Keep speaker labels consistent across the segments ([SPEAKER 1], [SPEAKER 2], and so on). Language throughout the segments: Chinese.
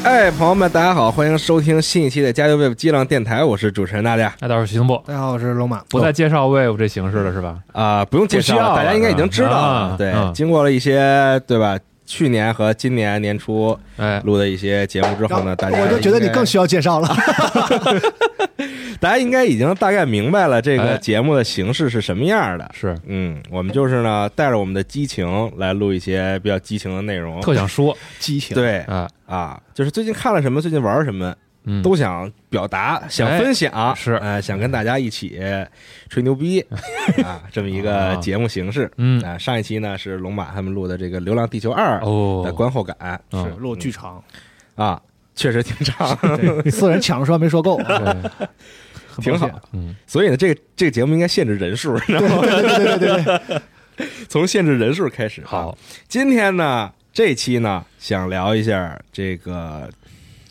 [SPEAKER 1] 嗨，哎朋友们，大家好，欢迎收听新一期的《加油 Web 激浪电台》，我是主持人大家
[SPEAKER 2] 那倒是徐东部，
[SPEAKER 3] 大家好，我是龙马。
[SPEAKER 2] 不再介绍 Wave 这形式了是吧？
[SPEAKER 1] 啊、不用介绍
[SPEAKER 2] 不需要
[SPEAKER 1] 了，
[SPEAKER 2] 了
[SPEAKER 1] 大家应该已经知道了。
[SPEAKER 2] 啊
[SPEAKER 1] 对，
[SPEAKER 2] 嗯
[SPEAKER 1] 经过了一些对吧？去年和今年年初
[SPEAKER 2] 哎，
[SPEAKER 1] 录的一些节目之后呢，大家
[SPEAKER 3] 我就觉得你
[SPEAKER 1] 应该
[SPEAKER 3] 更需要介绍了。
[SPEAKER 1] 大家应该已经大概明白了这个
[SPEAKER 2] 哎
[SPEAKER 1] 节目的形式是什么样的。
[SPEAKER 2] 是
[SPEAKER 1] 嗯，我们就是呢，带着我们的激情来录一些比较激情的内容。
[SPEAKER 2] 特想说
[SPEAKER 3] 激情，
[SPEAKER 1] 对
[SPEAKER 2] 啊，
[SPEAKER 1] 啊，就是最近看了什么，最近玩什么，
[SPEAKER 2] 嗯，
[SPEAKER 1] 都想表达，想分享，
[SPEAKER 2] 是
[SPEAKER 1] 哎，想跟大家一起吹牛 逼啊，这么一个节目形式。
[SPEAKER 2] 嗯
[SPEAKER 1] 啊，上一期呢是龙马他们录的这个《流浪地球二》的
[SPEAKER 2] 哦，
[SPEAKER 1] 观后感
[SPEAKER 2] 嗯
[SPEAKER 3] 是录剧场，
[SPEAKER 1] 啊，确实挺长，
[SPEAKER 3] 对，四人抢着说没说够，很
[SPEAKER 2] 对
[SPEAKER 3] 抱
[SPEAKER 1] 挺
[SPEAKER 3] 歉
[SPEAKER 1] 好。。
[SPEAKER 2] 嗯，
[SPEAKER 1] 所以呢，这个这个节目应该限制人数，
[SPEAKER 3] 对对对对对对对，
[SPEAKER 1] 从限制人数开始。啊
[SPEAKER 2] 好，，
[SPEAKER 1] 今天呢，这期呢想聊一下这个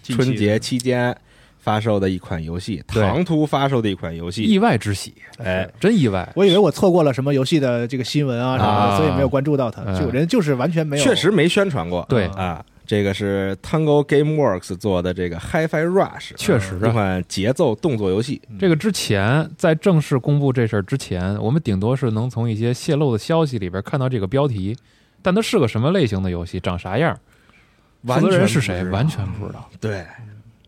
[SPEAKER 1] 春节期间发售的一款游戏，
[SPEAKER 2] 对
[SPEAKER 1] 唐突发售的一款游戏
[SPEAKER 2] 意，外之喜，
[SPEAKER 1] 哎，
[SPEAKER 2] 真意外，
[SPEAKER 3] 我以为我错过了什么游戏的这个新闻啊什么
[SPEAKER 2] 啊
[SPEAKER 3] 的，所以没有关注到它。
[SPEAKER 2] 嗯
[SPEAKER 3] 就人就是完全没有，
[SPEAKER 1] 确实没宣传过。
[SPEAKER 2] 对
[SPEAKER 1] 啊，这个是 Tango GameWorks 做的这个 HiFi Rush，
[SPEAKER 2] 确实
[SPEAKER 1] 一
[SPEAKER 2] 啊。
[SPEAKER 1] 款节奏动作游戏。
[SPEAKER 2] 这个之前，在正式公布这事儿之前，我们顶多是能从一些泄露的消息里边看到这个标题，但它是个什么类型的游戏，长啥样，负
[SPEAKER 1] 完
[SPEAKER 2] 责
[SPEAKER 1] 全
[SPEAKER 2] 人
[SPEAKER 1] 不
[SPEAKER 2] 是谁，
[SPEAKER 1] 知道
[SPEAKER 2] 完全不知道，
[SPEAKER 1] 对，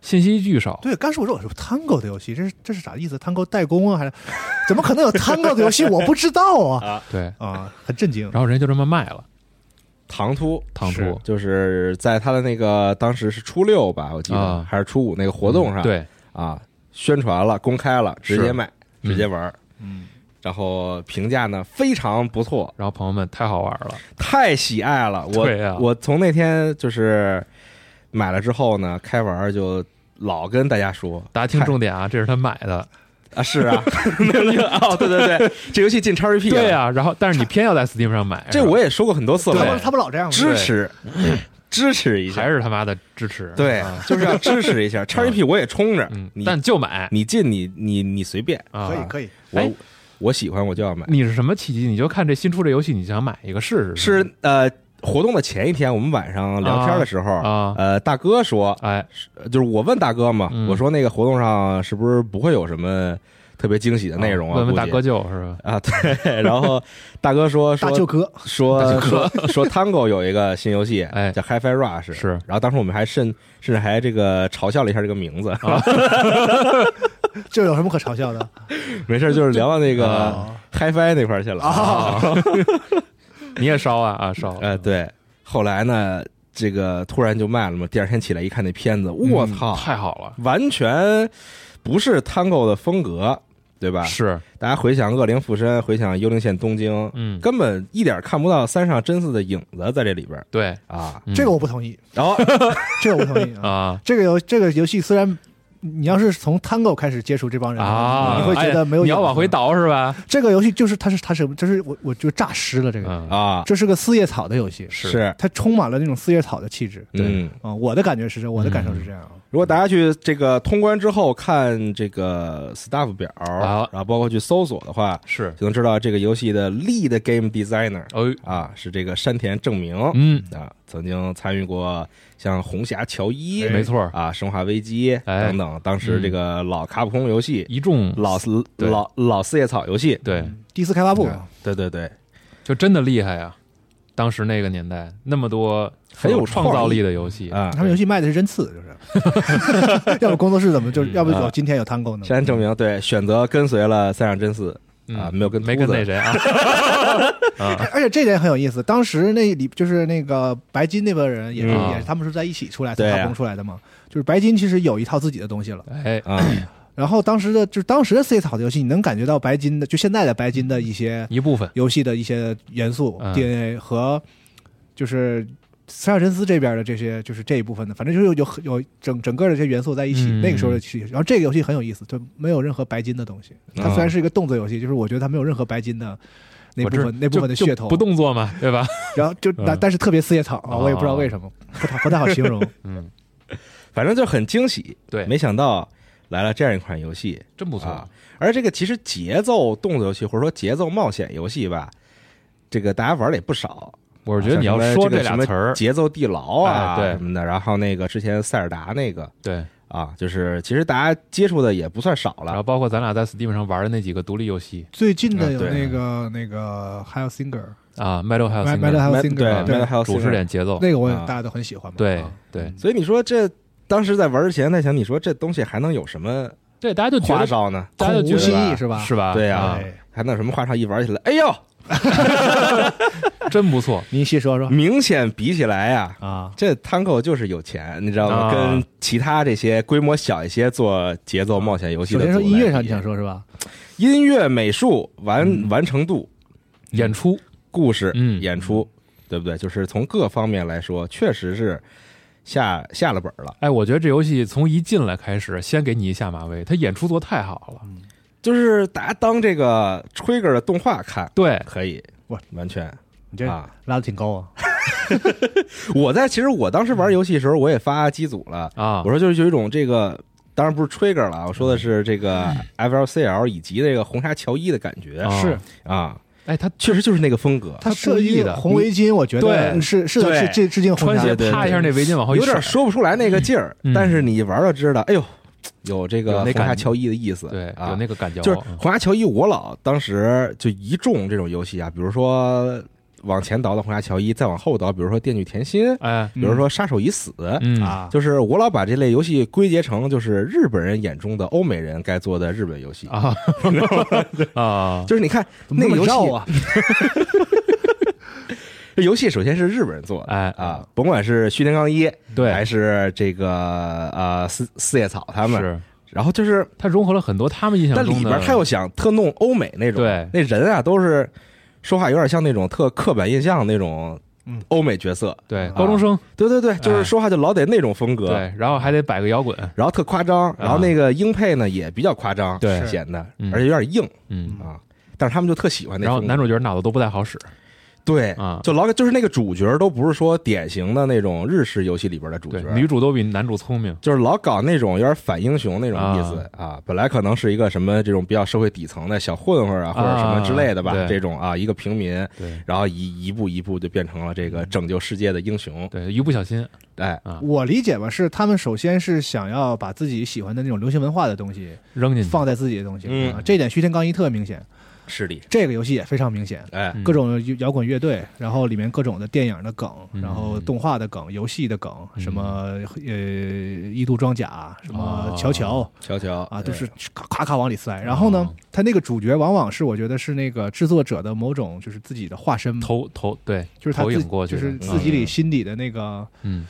[SPEAKER 2] 信息巨少。
[SPEAKER 3] 对。刚才我说我说 Tango 的游戏，这是这是啥意思？Tango 代工啊，还是怎么可能有 Tango 的游戏？我不知道啊
[SPEAKER 2] 对，
[SPEAKER 3] 啊，很震惊
[SPEAKER 2] 然。后人就这么卖了，
[SPEAKER 1] 唐突。
[SPEAKER 2] 唐
[SPEAKER 3] 是
[SPEAKER 2] 突
[SPEAKER 1] 就是在他的那个当时是初六吧，我记得、
[SPEAKER 2] 啊
[SPEAKER 1] 还是初五那个活动上，
[SPEAKER 2] 嗯对，
[SPEAKER 1] 啊，宣传了，公开了，直接
[SPEAKER 2] 是
[SPEAKER 1] 卖，
[SPEAKER 2] 嗯
[SPEAKER 1] 直接玩儿，
[SPEAKER 3] 嗯，
[SPEAKER 1] 然后评价呢非常不错，
[SPEAKER 2] 然后朋友们太好玩了，
[SPEAKER 1] 太喜爱了。我、
[SPEAKER 2] 对啊
[SPEAKER 1] 我从那天就是买了之后呢，开玩儿就老跟大家说
[SPEAKER 2] 大家听
[SPEAKER 1] 太
[SPEAKER 2] 重点啊，这是他买的，
[SPEAKER 1] 啊，是 啊，那个哦，对对对，这游戏进 XGP 了
[SPEAKER 2] 对呀、然后但是你偏要在 Steam 上买，
[SPEAKER 1] 啊这
[SPEAKER 2] 是吧
[SPEAKER 1] 我也说过很多次
[SPEAKER 3] 他
[SPEAKER 2] 对
[SPEAKER 1] 了
[SPEAKER 3] 们，他们老这样
[SPEAKER 1] 支持支持一下，
[SPEAKER 2] 还是他妈的支持，
[SPEAKER 1] 对
[SPEAKER 2] 啊，
[SPEAKER 1] 就是要支持 一下 XGP，我也冲着
[SPEAKER 2] 嗯，
[SPEAKER 1] 你，
[SPEAKER 2] 但就买
[SPEAKER 1] 你进你你你随便，
[SPEAKER 2] 啊
[SPEAKER 3] 可以可以，
[SPEAKER 1] 我
[SPEAKER 2] 哎
[SPEAKER 1] 我喜欢我就要买。
[SPEAKER 2] 你是什么契机？你就看这新出这游戏，你就想买一个试试？吗
[SPEAKER 1] 是呃，活动的前一天，我们晚上聊天的时候，
[SPEAKER 2] 啊，
[SPEAKER 1] 呃，大哥说，
[SPEAKER 2] 哎，
[SPEAKER 1] 就是我问大哥嘛，
[SPEAKER 2] 嗯
[SPEAKER 1] 我说那个活动上是不是不会有什么特别惊喜的内容啊？
[SPEAKER 2] 问问
[SPEAKER 1] 估
[SPEAKER 2] 大
[SPEAKER 1] 计
[SPEAKER 2] 哥舅是吧？
[SPEAKER 1] 啊，对，然后大哥说
[SPEAKER 3] 大舅
[SPEAKER 1] 说
[SPEAKER 3] 哥
[SPEAKER 1] 说说 说 Tango 有一个新游戏，
[SPEAKER 2] 哎
[SPEAKER 1] 叫 HiFi Rush，
[SPEAKER 2] 是
[SPEAKER 1] 然后当时我们还甚甚至还这个嘲笑了一下这个名字，
[SPEAKER 3] 这有什么可嘲笑的？
[SPEAKER 1] 没事，就是聊到那个
[SPEAKER 3] 啊
[SPEAKER 1] HiFi 那块儿去了
[SPEAKER 3] 啊，
[SPEAKER 2] 你也烧啊啊烧！
[SPEAKER 1] 呃，对，后来呢，这个突然就卖了嘛，第二天起来一看那片子，我
[SPEAKER 2] 嗯
[SPEAKER 1] 操，
[SPEAKER 2] 太好了，
[SPEAKER 1] 完全不是 Tango 的风格，对吧？
[SPEAKER 2] 是
[SPEAKER 1] 大家回想《恶灵附身》，回想《幽灵线：东京》，
[SPEAKER 2] 嗯，
[SPEAKER 1] 根本一点看不到三上真司的影子在这里边儿
[SPEAKER 2] 对，
[SPEAKER 1] 啊。哦
[SPEAKER 2] 嗯
[SPEAKER 3] 这个我不同意，
[SPEAKER 1] 然后
[SPEAKER 3] 这个我不同意啊。
[SPEAKER 2] 啊
[SPEAKER 3] 这个游这个游戏虽然你要是从 Tango 开始接触这帮人
[SPEAKER 2] 啊，
[SPEAKER 3] 你会觉得没有、
[SPEAKER 2] 哎你要往回。倒是吧？
[SPEAKER 3] 这个游戏就是它是它是它是我我就诈尸了这个，
[SPEAKER 2] 嗯，
[SPEAKER 1] 啊，
[SPEAKER 3] 这是个四叶草的游戏，
[SPEAKER 1] 是
[SPEAKER 3] 它充满了那种四叶草的气质。
[SPEAKER 1] 嗯，
[SPEAKER 3] 啊、我的感觉是这样，我的感受是这样啊。
[SPEAKER 1] 如果大家去这个通关之后看这个 staff 表，
[SPEAKER 2] 啊
[SPEAKER 1] 然后包括去搜索的话，
[SPEAKER 2] 是，
[SPEAKER 1] 就能知道这个游戏的 lead game designer
[SPEAKER 2] 哦，
[SPEAKER 1] 啊是这个山田正明
[SPEAKER 2] 嗯，
[SPEAKER 1] 啊，曾经参与过像《红霞乔伊》
[SPEAKER 2] 哎没错，
[SPEAKER 1] 啊，《生化危机》
[SPEAKER 2] 哎
[SPEAKER 1] 等等，当时这个老卡普空游戏、
[SPEAKER 2] 一众
[SPEAKER 1] 老四
[SPEAKER 2] 对
[SPEAKER 1] 老老四叶草游戏，
[SPEAKER 2] 对，
[SPEAKER 3] 第一次开发布啊
[SPEAKER 1] 嗯对对对，
[SPEAKER 2] 就真的厉害呀、当时那个年代，那么多
[SPEAKER 1] 很有
[SPEAKER 2] 创造力的游戏，
[SPEAKER 1] 啊
[SPEAKER 3] 他。们游戏卖的是针刺，就是，要不工作室怎么就是，要不
[SPEAKER 1] 啊
[SPEAKER 3] 有今天有 Tango 呢？
[SPEAKER 1] 山田证明对选择跟随了三上真司
[SPEAKER 2] 嗯
[SPEAKER 1] 啊，没有跟
[SPEAKER 2] 没跟
[SPEAKER 1] 秃子
[SPEAKER 2] 那谁啊，啊，
[SPEAKER 3] 而且这点很有意思，当时那里就是那个白金那帮人也是、
[SPEAKER 2] 嗯
[SPEAKER 3] 也是他们是在一起出来
[SPEAKER 1] 对
[SPEAKER 3] 才
[SPEAKER 1] 啊
[SPEAKER 3] 打工出来的嘛，就是白金其实有一套自己的东西了。
[SPEAKER 2] 哎，
[SPEAKER 1] 啊，
[SPEAKER 3] 然后当时的就是当时的 C 草的游戏，你能感觉到白金的就现在的白金的一些
[SPEAKER 2] 一部分，
[SPEAKER 3] 游戏的一些元素、
[SPEAKER 2] 嗯
[SPEAKER 3] DNA 和就是塞尔真斯这边的这些就是这一部分的，反正就是有有有整整个的这些元素在一起。
[SPEAKER 2] 嗯
[SPEAKER 3] 那个时候的游戏，然后这个游戏很有意思，就没有任何白金的东西。
[SPEAKER 2] 啊
[SPEAKER 3] 它
[SPEAKER 1] 嗯
[SPEAKER 3] 虽然是一个动作游戏，就是我觉得它没有任何白金的。那
[SPEAKER 2] 我
[SPEAKER 3] 部
[SPEAKER 2] 知
[SPEAKER 3] 分那部分的
[SPEAKER 2] 就
[SPEAKER 3] 噱
[SPEAKER 2] 就
[SPEAKER 3] 头
[SPEAKER 2] 不动作嘛，对吧？
[SPEAKER 3] 然后就
[SPEAKER 2] 嗯
[SPEAKER 3] 但但是特别四叶草啊，
[SPEAKER 2] 哦
[SPEAKER 3] 我也不知道为什么，不太不太好形 容。
[SPEAKER 2] 嗯，
[SPEAKER 1] 反正就很惊喜，
[SPEAKER 2] 对，
[SPEAKER 1] 没想到来了这样一款游戏
[SPEAKER 2] 真不错，
[SPEAKER 1] 啊！而这个其实节奏动作游戏或者说节奏冒险游戏吧，这个大家玩的也不少，
[SPEAKER 2] 我是觉得你要
[SPEAKER 1] 啊像什么
[SPEAKER 2] 说
[SPEAKER 1] 这个
[SPEAKER 2] 俩
[SPEAKER 1] 什么
[SPEAKER 2] 词儿，
[SPEAKER 1] 节奏地牢啊
[SPEAKER 2] 哎对
[SPEAKER 1] 什么的，然后那个之前塞尔达那个
[SPEAKER 2] 对，
[SPEAKER 1] 啊，就是其实大家接触的也不算少
[SPEAKER 2] 然
[SPEAKER 1] 了
[SPEAKER 2] 后包括咱俩在 Steam 上玩的那几个独立游戏
[SPEAKER 3] 最近
[SPEAKER 1] 啊
[SPEAKER 3] 的有
[SPEAKER 1] 对
[SPEAKER 3] 那个那个 h e l l Singer，
[SPEAKER 2] 啊，Metal Health Singer，
[SPEAKER 3] Metal Health 还有
[SPEAKER 1] ，Metal-
[SPEAKER 3] Singer，
[SPEAKER 1] 对
[SPEAKER 3] 对
[SPEAKER 1] ，Metal Health
[SPEAKER 2] 主视
[SPEAKER 1] Singer
[SPEAKER 2] 点节奏，
[SPEAKER 3] 那个我
[SPEAKER 1] 啊
[SPEAKER 3] 大家都很喜欢嘛。
[SPEAKER 2] 哦对
[SPEAKER 3] 啊
[SPEAKER 2] 对，
[SPEAKER 1] 所以你说这当时在玩之前，在想你说这东西还能有什么
[SPEAKER 2] 对，大家就觉
[SPEAKER 1] 花
[SPEAKER 2] 得
[SPEAKER 1] 哨呢？
[SPEAKER 2] 大家就
[SPEAKER 3] 空
[SPEAKER 2] 觉
[SPEAKER 3] 无
[SPEAKER 2] 得
[SPEAKER 3] 新意
[SPEAKER 1] 吧
[SPEAKER 3] 是吧？
[SPEAKER 2] 是吧？
[SPEAKER 1] 对啊
[SPEAKER 2] 啊，
[SPEAKER 3] 哎，
[SPEAKER 1] 还能有什么花哨？一玩起来，哎呦，
[SPEAKER 2] 啊真不错，
[SPEAKER 3] 你细说说
[SPEAKER 1] 明显比起来呀、
[SPEAKER 3] 啊，
[SPEAKER 1] 这 Tango 就是有钱，你知道吗？
[SPEAKER 2] 啊
[SPEAKER 1] 跟其他这些规模小一些做节奏冒险游戏
[SPEAKER 3] 首
[SPEAKER 1] 的组
[SPEAKER 3] 先
[SPEAKER 1] 来
[SPEAKER 3] 说
[SPEAKER 1] 比，
[SPEAKER 3] 音乐上你嗯想说是吧？
[SPEAKER 1] 音乐、美术完、完成度、
[SPEAKER 2] 演出
[SPEAKER 1] 故事、
[SPEAKER 2] 嗯
[SPEAKER 1] 演出，对不对？就是从各方面来说，确实是下下了本儿了。
[SPEAKER 2] 哎，我觉得这游戏从一进来开始，先给你一下马威，他演出做太好了。
[SPEAKER 1] 就是大家当这个 Trigger 的动画看
[SPEAKER 2] 对，
[SPEAKER 1] 可以，
[SPEAKER 3] 哇，
[SPEAKER 1] 完全
[SPEAKER 3] 你这
[SPEAKER 1] 啊！
[SPEAKER 3] 拉的挺高啊。
[SPEAKER 1] 我在其实我当时玩游戏的时候，我也发机组了，
[SPEAKER 2] 啊，
[SPEAKER 1] 我说就是有一种这个，当然不是 Trigger 了啊，我说的是这个 FLCL 以及这个红纱乔伊的感觉
[SPEAKER 2] 嗯啊
[SPEAKER 3] 是
[SPEAKER 1] 啊，
[SPEAKER 2] 哎，他
[SPEAKER 1] 确实就是那个风格，
[SPEAKER 3] 他
[SPEAKER 2] 他
[SPEAKER 3] 设
[SPEAKER 2] 故意
[SPEAKER 3] 计
[SPEAKER 2] 的
[SPEAKER 3] 红围巾，我觉得
[SPEAKER 2] 对
[SPEAKER 3] 是是的
[SPEAKER 1] 对
[SPEAKER 3] 是致致敬红
[SPEAKER 2] 穿鞋
[SPEAKER 3] 霞
[SPEAKER 1] 对对
[SPEAKER 2] 啪一下那围巾往后一
[SPEAKER 1] 有点
[SPEAKER 2] 甩，
[SPEAKER 1] 说不出来那个劲儿，
[SPEAKER 2] 嗯
[SPEAKER 1] 但是你一玩就知道，哎呦，有这
[SPEAKER 2] 有
[SPEAKER 1] 个
[SPEAKER 2] 那
[SPEAKER 1] 红
[SPEAKER 2] 感
[SPEAKER 1] 纱乔伊的意思，
[SPEAKER 2] 对，
[SPEAKER 1] 啊
[SPEAKER 2] 有那个感觉。
[SPEAKER 1] 就是
[SPEAKER 2] 嗯
[SPEAKER 1] 红霞乔伊，我老当时就一众这种游戏啊，比如说往前倒的红霞乔伊，再往后倒，比如说电锯甜心，
[SPEAKER 2] 哎，
[SPEAKER 1] 比如说杀手已死，
[SPEAKER 2] 嗯，
[SPEAKER 3] 啊，
[SPEAKER 1] 就是我老把这类游戏归结成就是日本人眼中的欧美人该做的日本游戏，
[SPEAKER 2] 啊啊，
[SPEAKER 1] 就是你看
[SPEAKER 3] 怎么
[SPEAKER 1] 那
[SPEAKER 3] 那
[SPEAKER 1] 个
[SPEAKER 3] 么
[SPEAKER 1] 游
[SPEAKER 3] 绕
[SPEAKER 1] 戏，
[SPEAKER 3] 啊？
[SPEAKER 1] 这游戏首先是日本人做的。
[SPEAKER 2] 哎，
[SPEAKER 1] 啊，甭管是虚天刚一还
[SPEAKER 2] 对，
[SPEAKER 1] 是这个呃四四叶草他们，
[SPEAKER 2] 是
[SPEAKER 1] 然后就是，
[SPEAKER 2] 他融合了很多他们印象
[SPEAKER 1] 但
[SPEAKER 2] 中的，
[SPEAKER 1] 里边他又想特弄欧美那种，
[SPEAKER 2] 对
[SPEAKER 1] 那人啊都是说话有点像那种特刻板印象那种
[SPEAKER 3] 嗯
[SPEAKER 1] 欧美角色，
[SPEAKER 2] 对
[SPEAKER 3] 啊
[SPEAKER 2] 高中生，
[SPEAKER 1] 对对对，就是
[SPEAKER 2] 哎
[SPEAKER 1] 说话就老得那种风格，
[SPEAKER 2] 对，然后还得摆个摇滚，
[SPEAKER 1] 然后特夸张，然后那个英配呢也比较夸张，
[SPEAKER 2] 对
[SPEAKER 1] 显得
[SPEAKER 2] 嗯
[SPEAKER 1] 而且有点硬
[SPEAKER 2] 嗯，
[SPEAKER 1] 啊。但是他们就特喜嗯欢那
[SPEAKER 2] 然后
[SPEAKER 1] 风格，
[SPEAKER 2] 男主角脑子都不太好使
[SPEAKER 1] 对
[SPEAKER 2] 啊
[SPEAKER 1] 就老就是那个主角都不是说典型的那种日式游戏里边的主
[SPEAKER 2] 对
[SPEAKER 1] 角，，
[SPEAKER 2] 女主都比男主聪明，
[SPEAKER 1] 就是老搞那种有点反英雄那种意思啊。本来可能是一个什么这种比较社会底层的小混混啊，或者什么之类的吧
[SPEAKER 2] 啊，对
[SPEAKER 1] 这种啊一个平民，
[SPEAKER 2] 对
[SPEAKER 1] 然后一一步一步就变成了这个拯救世界的英雄。
[SPEAKER 2] 对，一不小心，
[SPEAKER 1] 哎，
[SPEAKER 2] 啊
[SPEAKER 3] 我理解吧，是他们首先是想要把自己喜欢的那种流行文化的东西
[SPEAKER 2] 扔进去，
[SPEAKER 3] 放在自己的东西，
[SPEAKER 1] 嗯
[SPEAKER 3] 啊这点虚天刚一特明显，
[SPEAKER 1] 势力，
[SPEAKER 3] 这个游戏也非常明显，
[SPEAKER 1] 哎，
[SPEAKER 2] 嗯
[SPEAKER 3] 各种摇滚乐队，然后里面各种的电影的梗，
[SPEAKER 2] 嗯
[SPEAKER 3] 然后动画的梗、游戏的梗，
[SPEAKER 2] 嗯
[SPEAKER 3] 什么呃一度装甲，什么
[SPEAKER 2] 哦
[SPEAKER 3] 乔乔
[SPEAKER 1] 乔乔
[SPEAKER 3] 啊，都
[SPEAKER 1] 对
[SPEAKER 3] 是咔咔咔往里塞。然后呢
[SPEAKER 2] 哦，
[SPEAKER 3] 他那个主角往往是我觉得是那个制作者的某种就是自己的化身嘛，
[SPEAKER 2] 投投对，
[SPEAKER 3] 就是他
[SPEAKER 2] 投
[SPEAKER 3] 自
[SPEAKER 2] 影过去
[SPEAKER 3] 就
[SPEAKER 2] 的，
[SPEAKER 3] 是
[SPEAKER 2] 嗯
[SPEAKER 3] 自己里心里的那个
[SPEAKER 2] 嗯，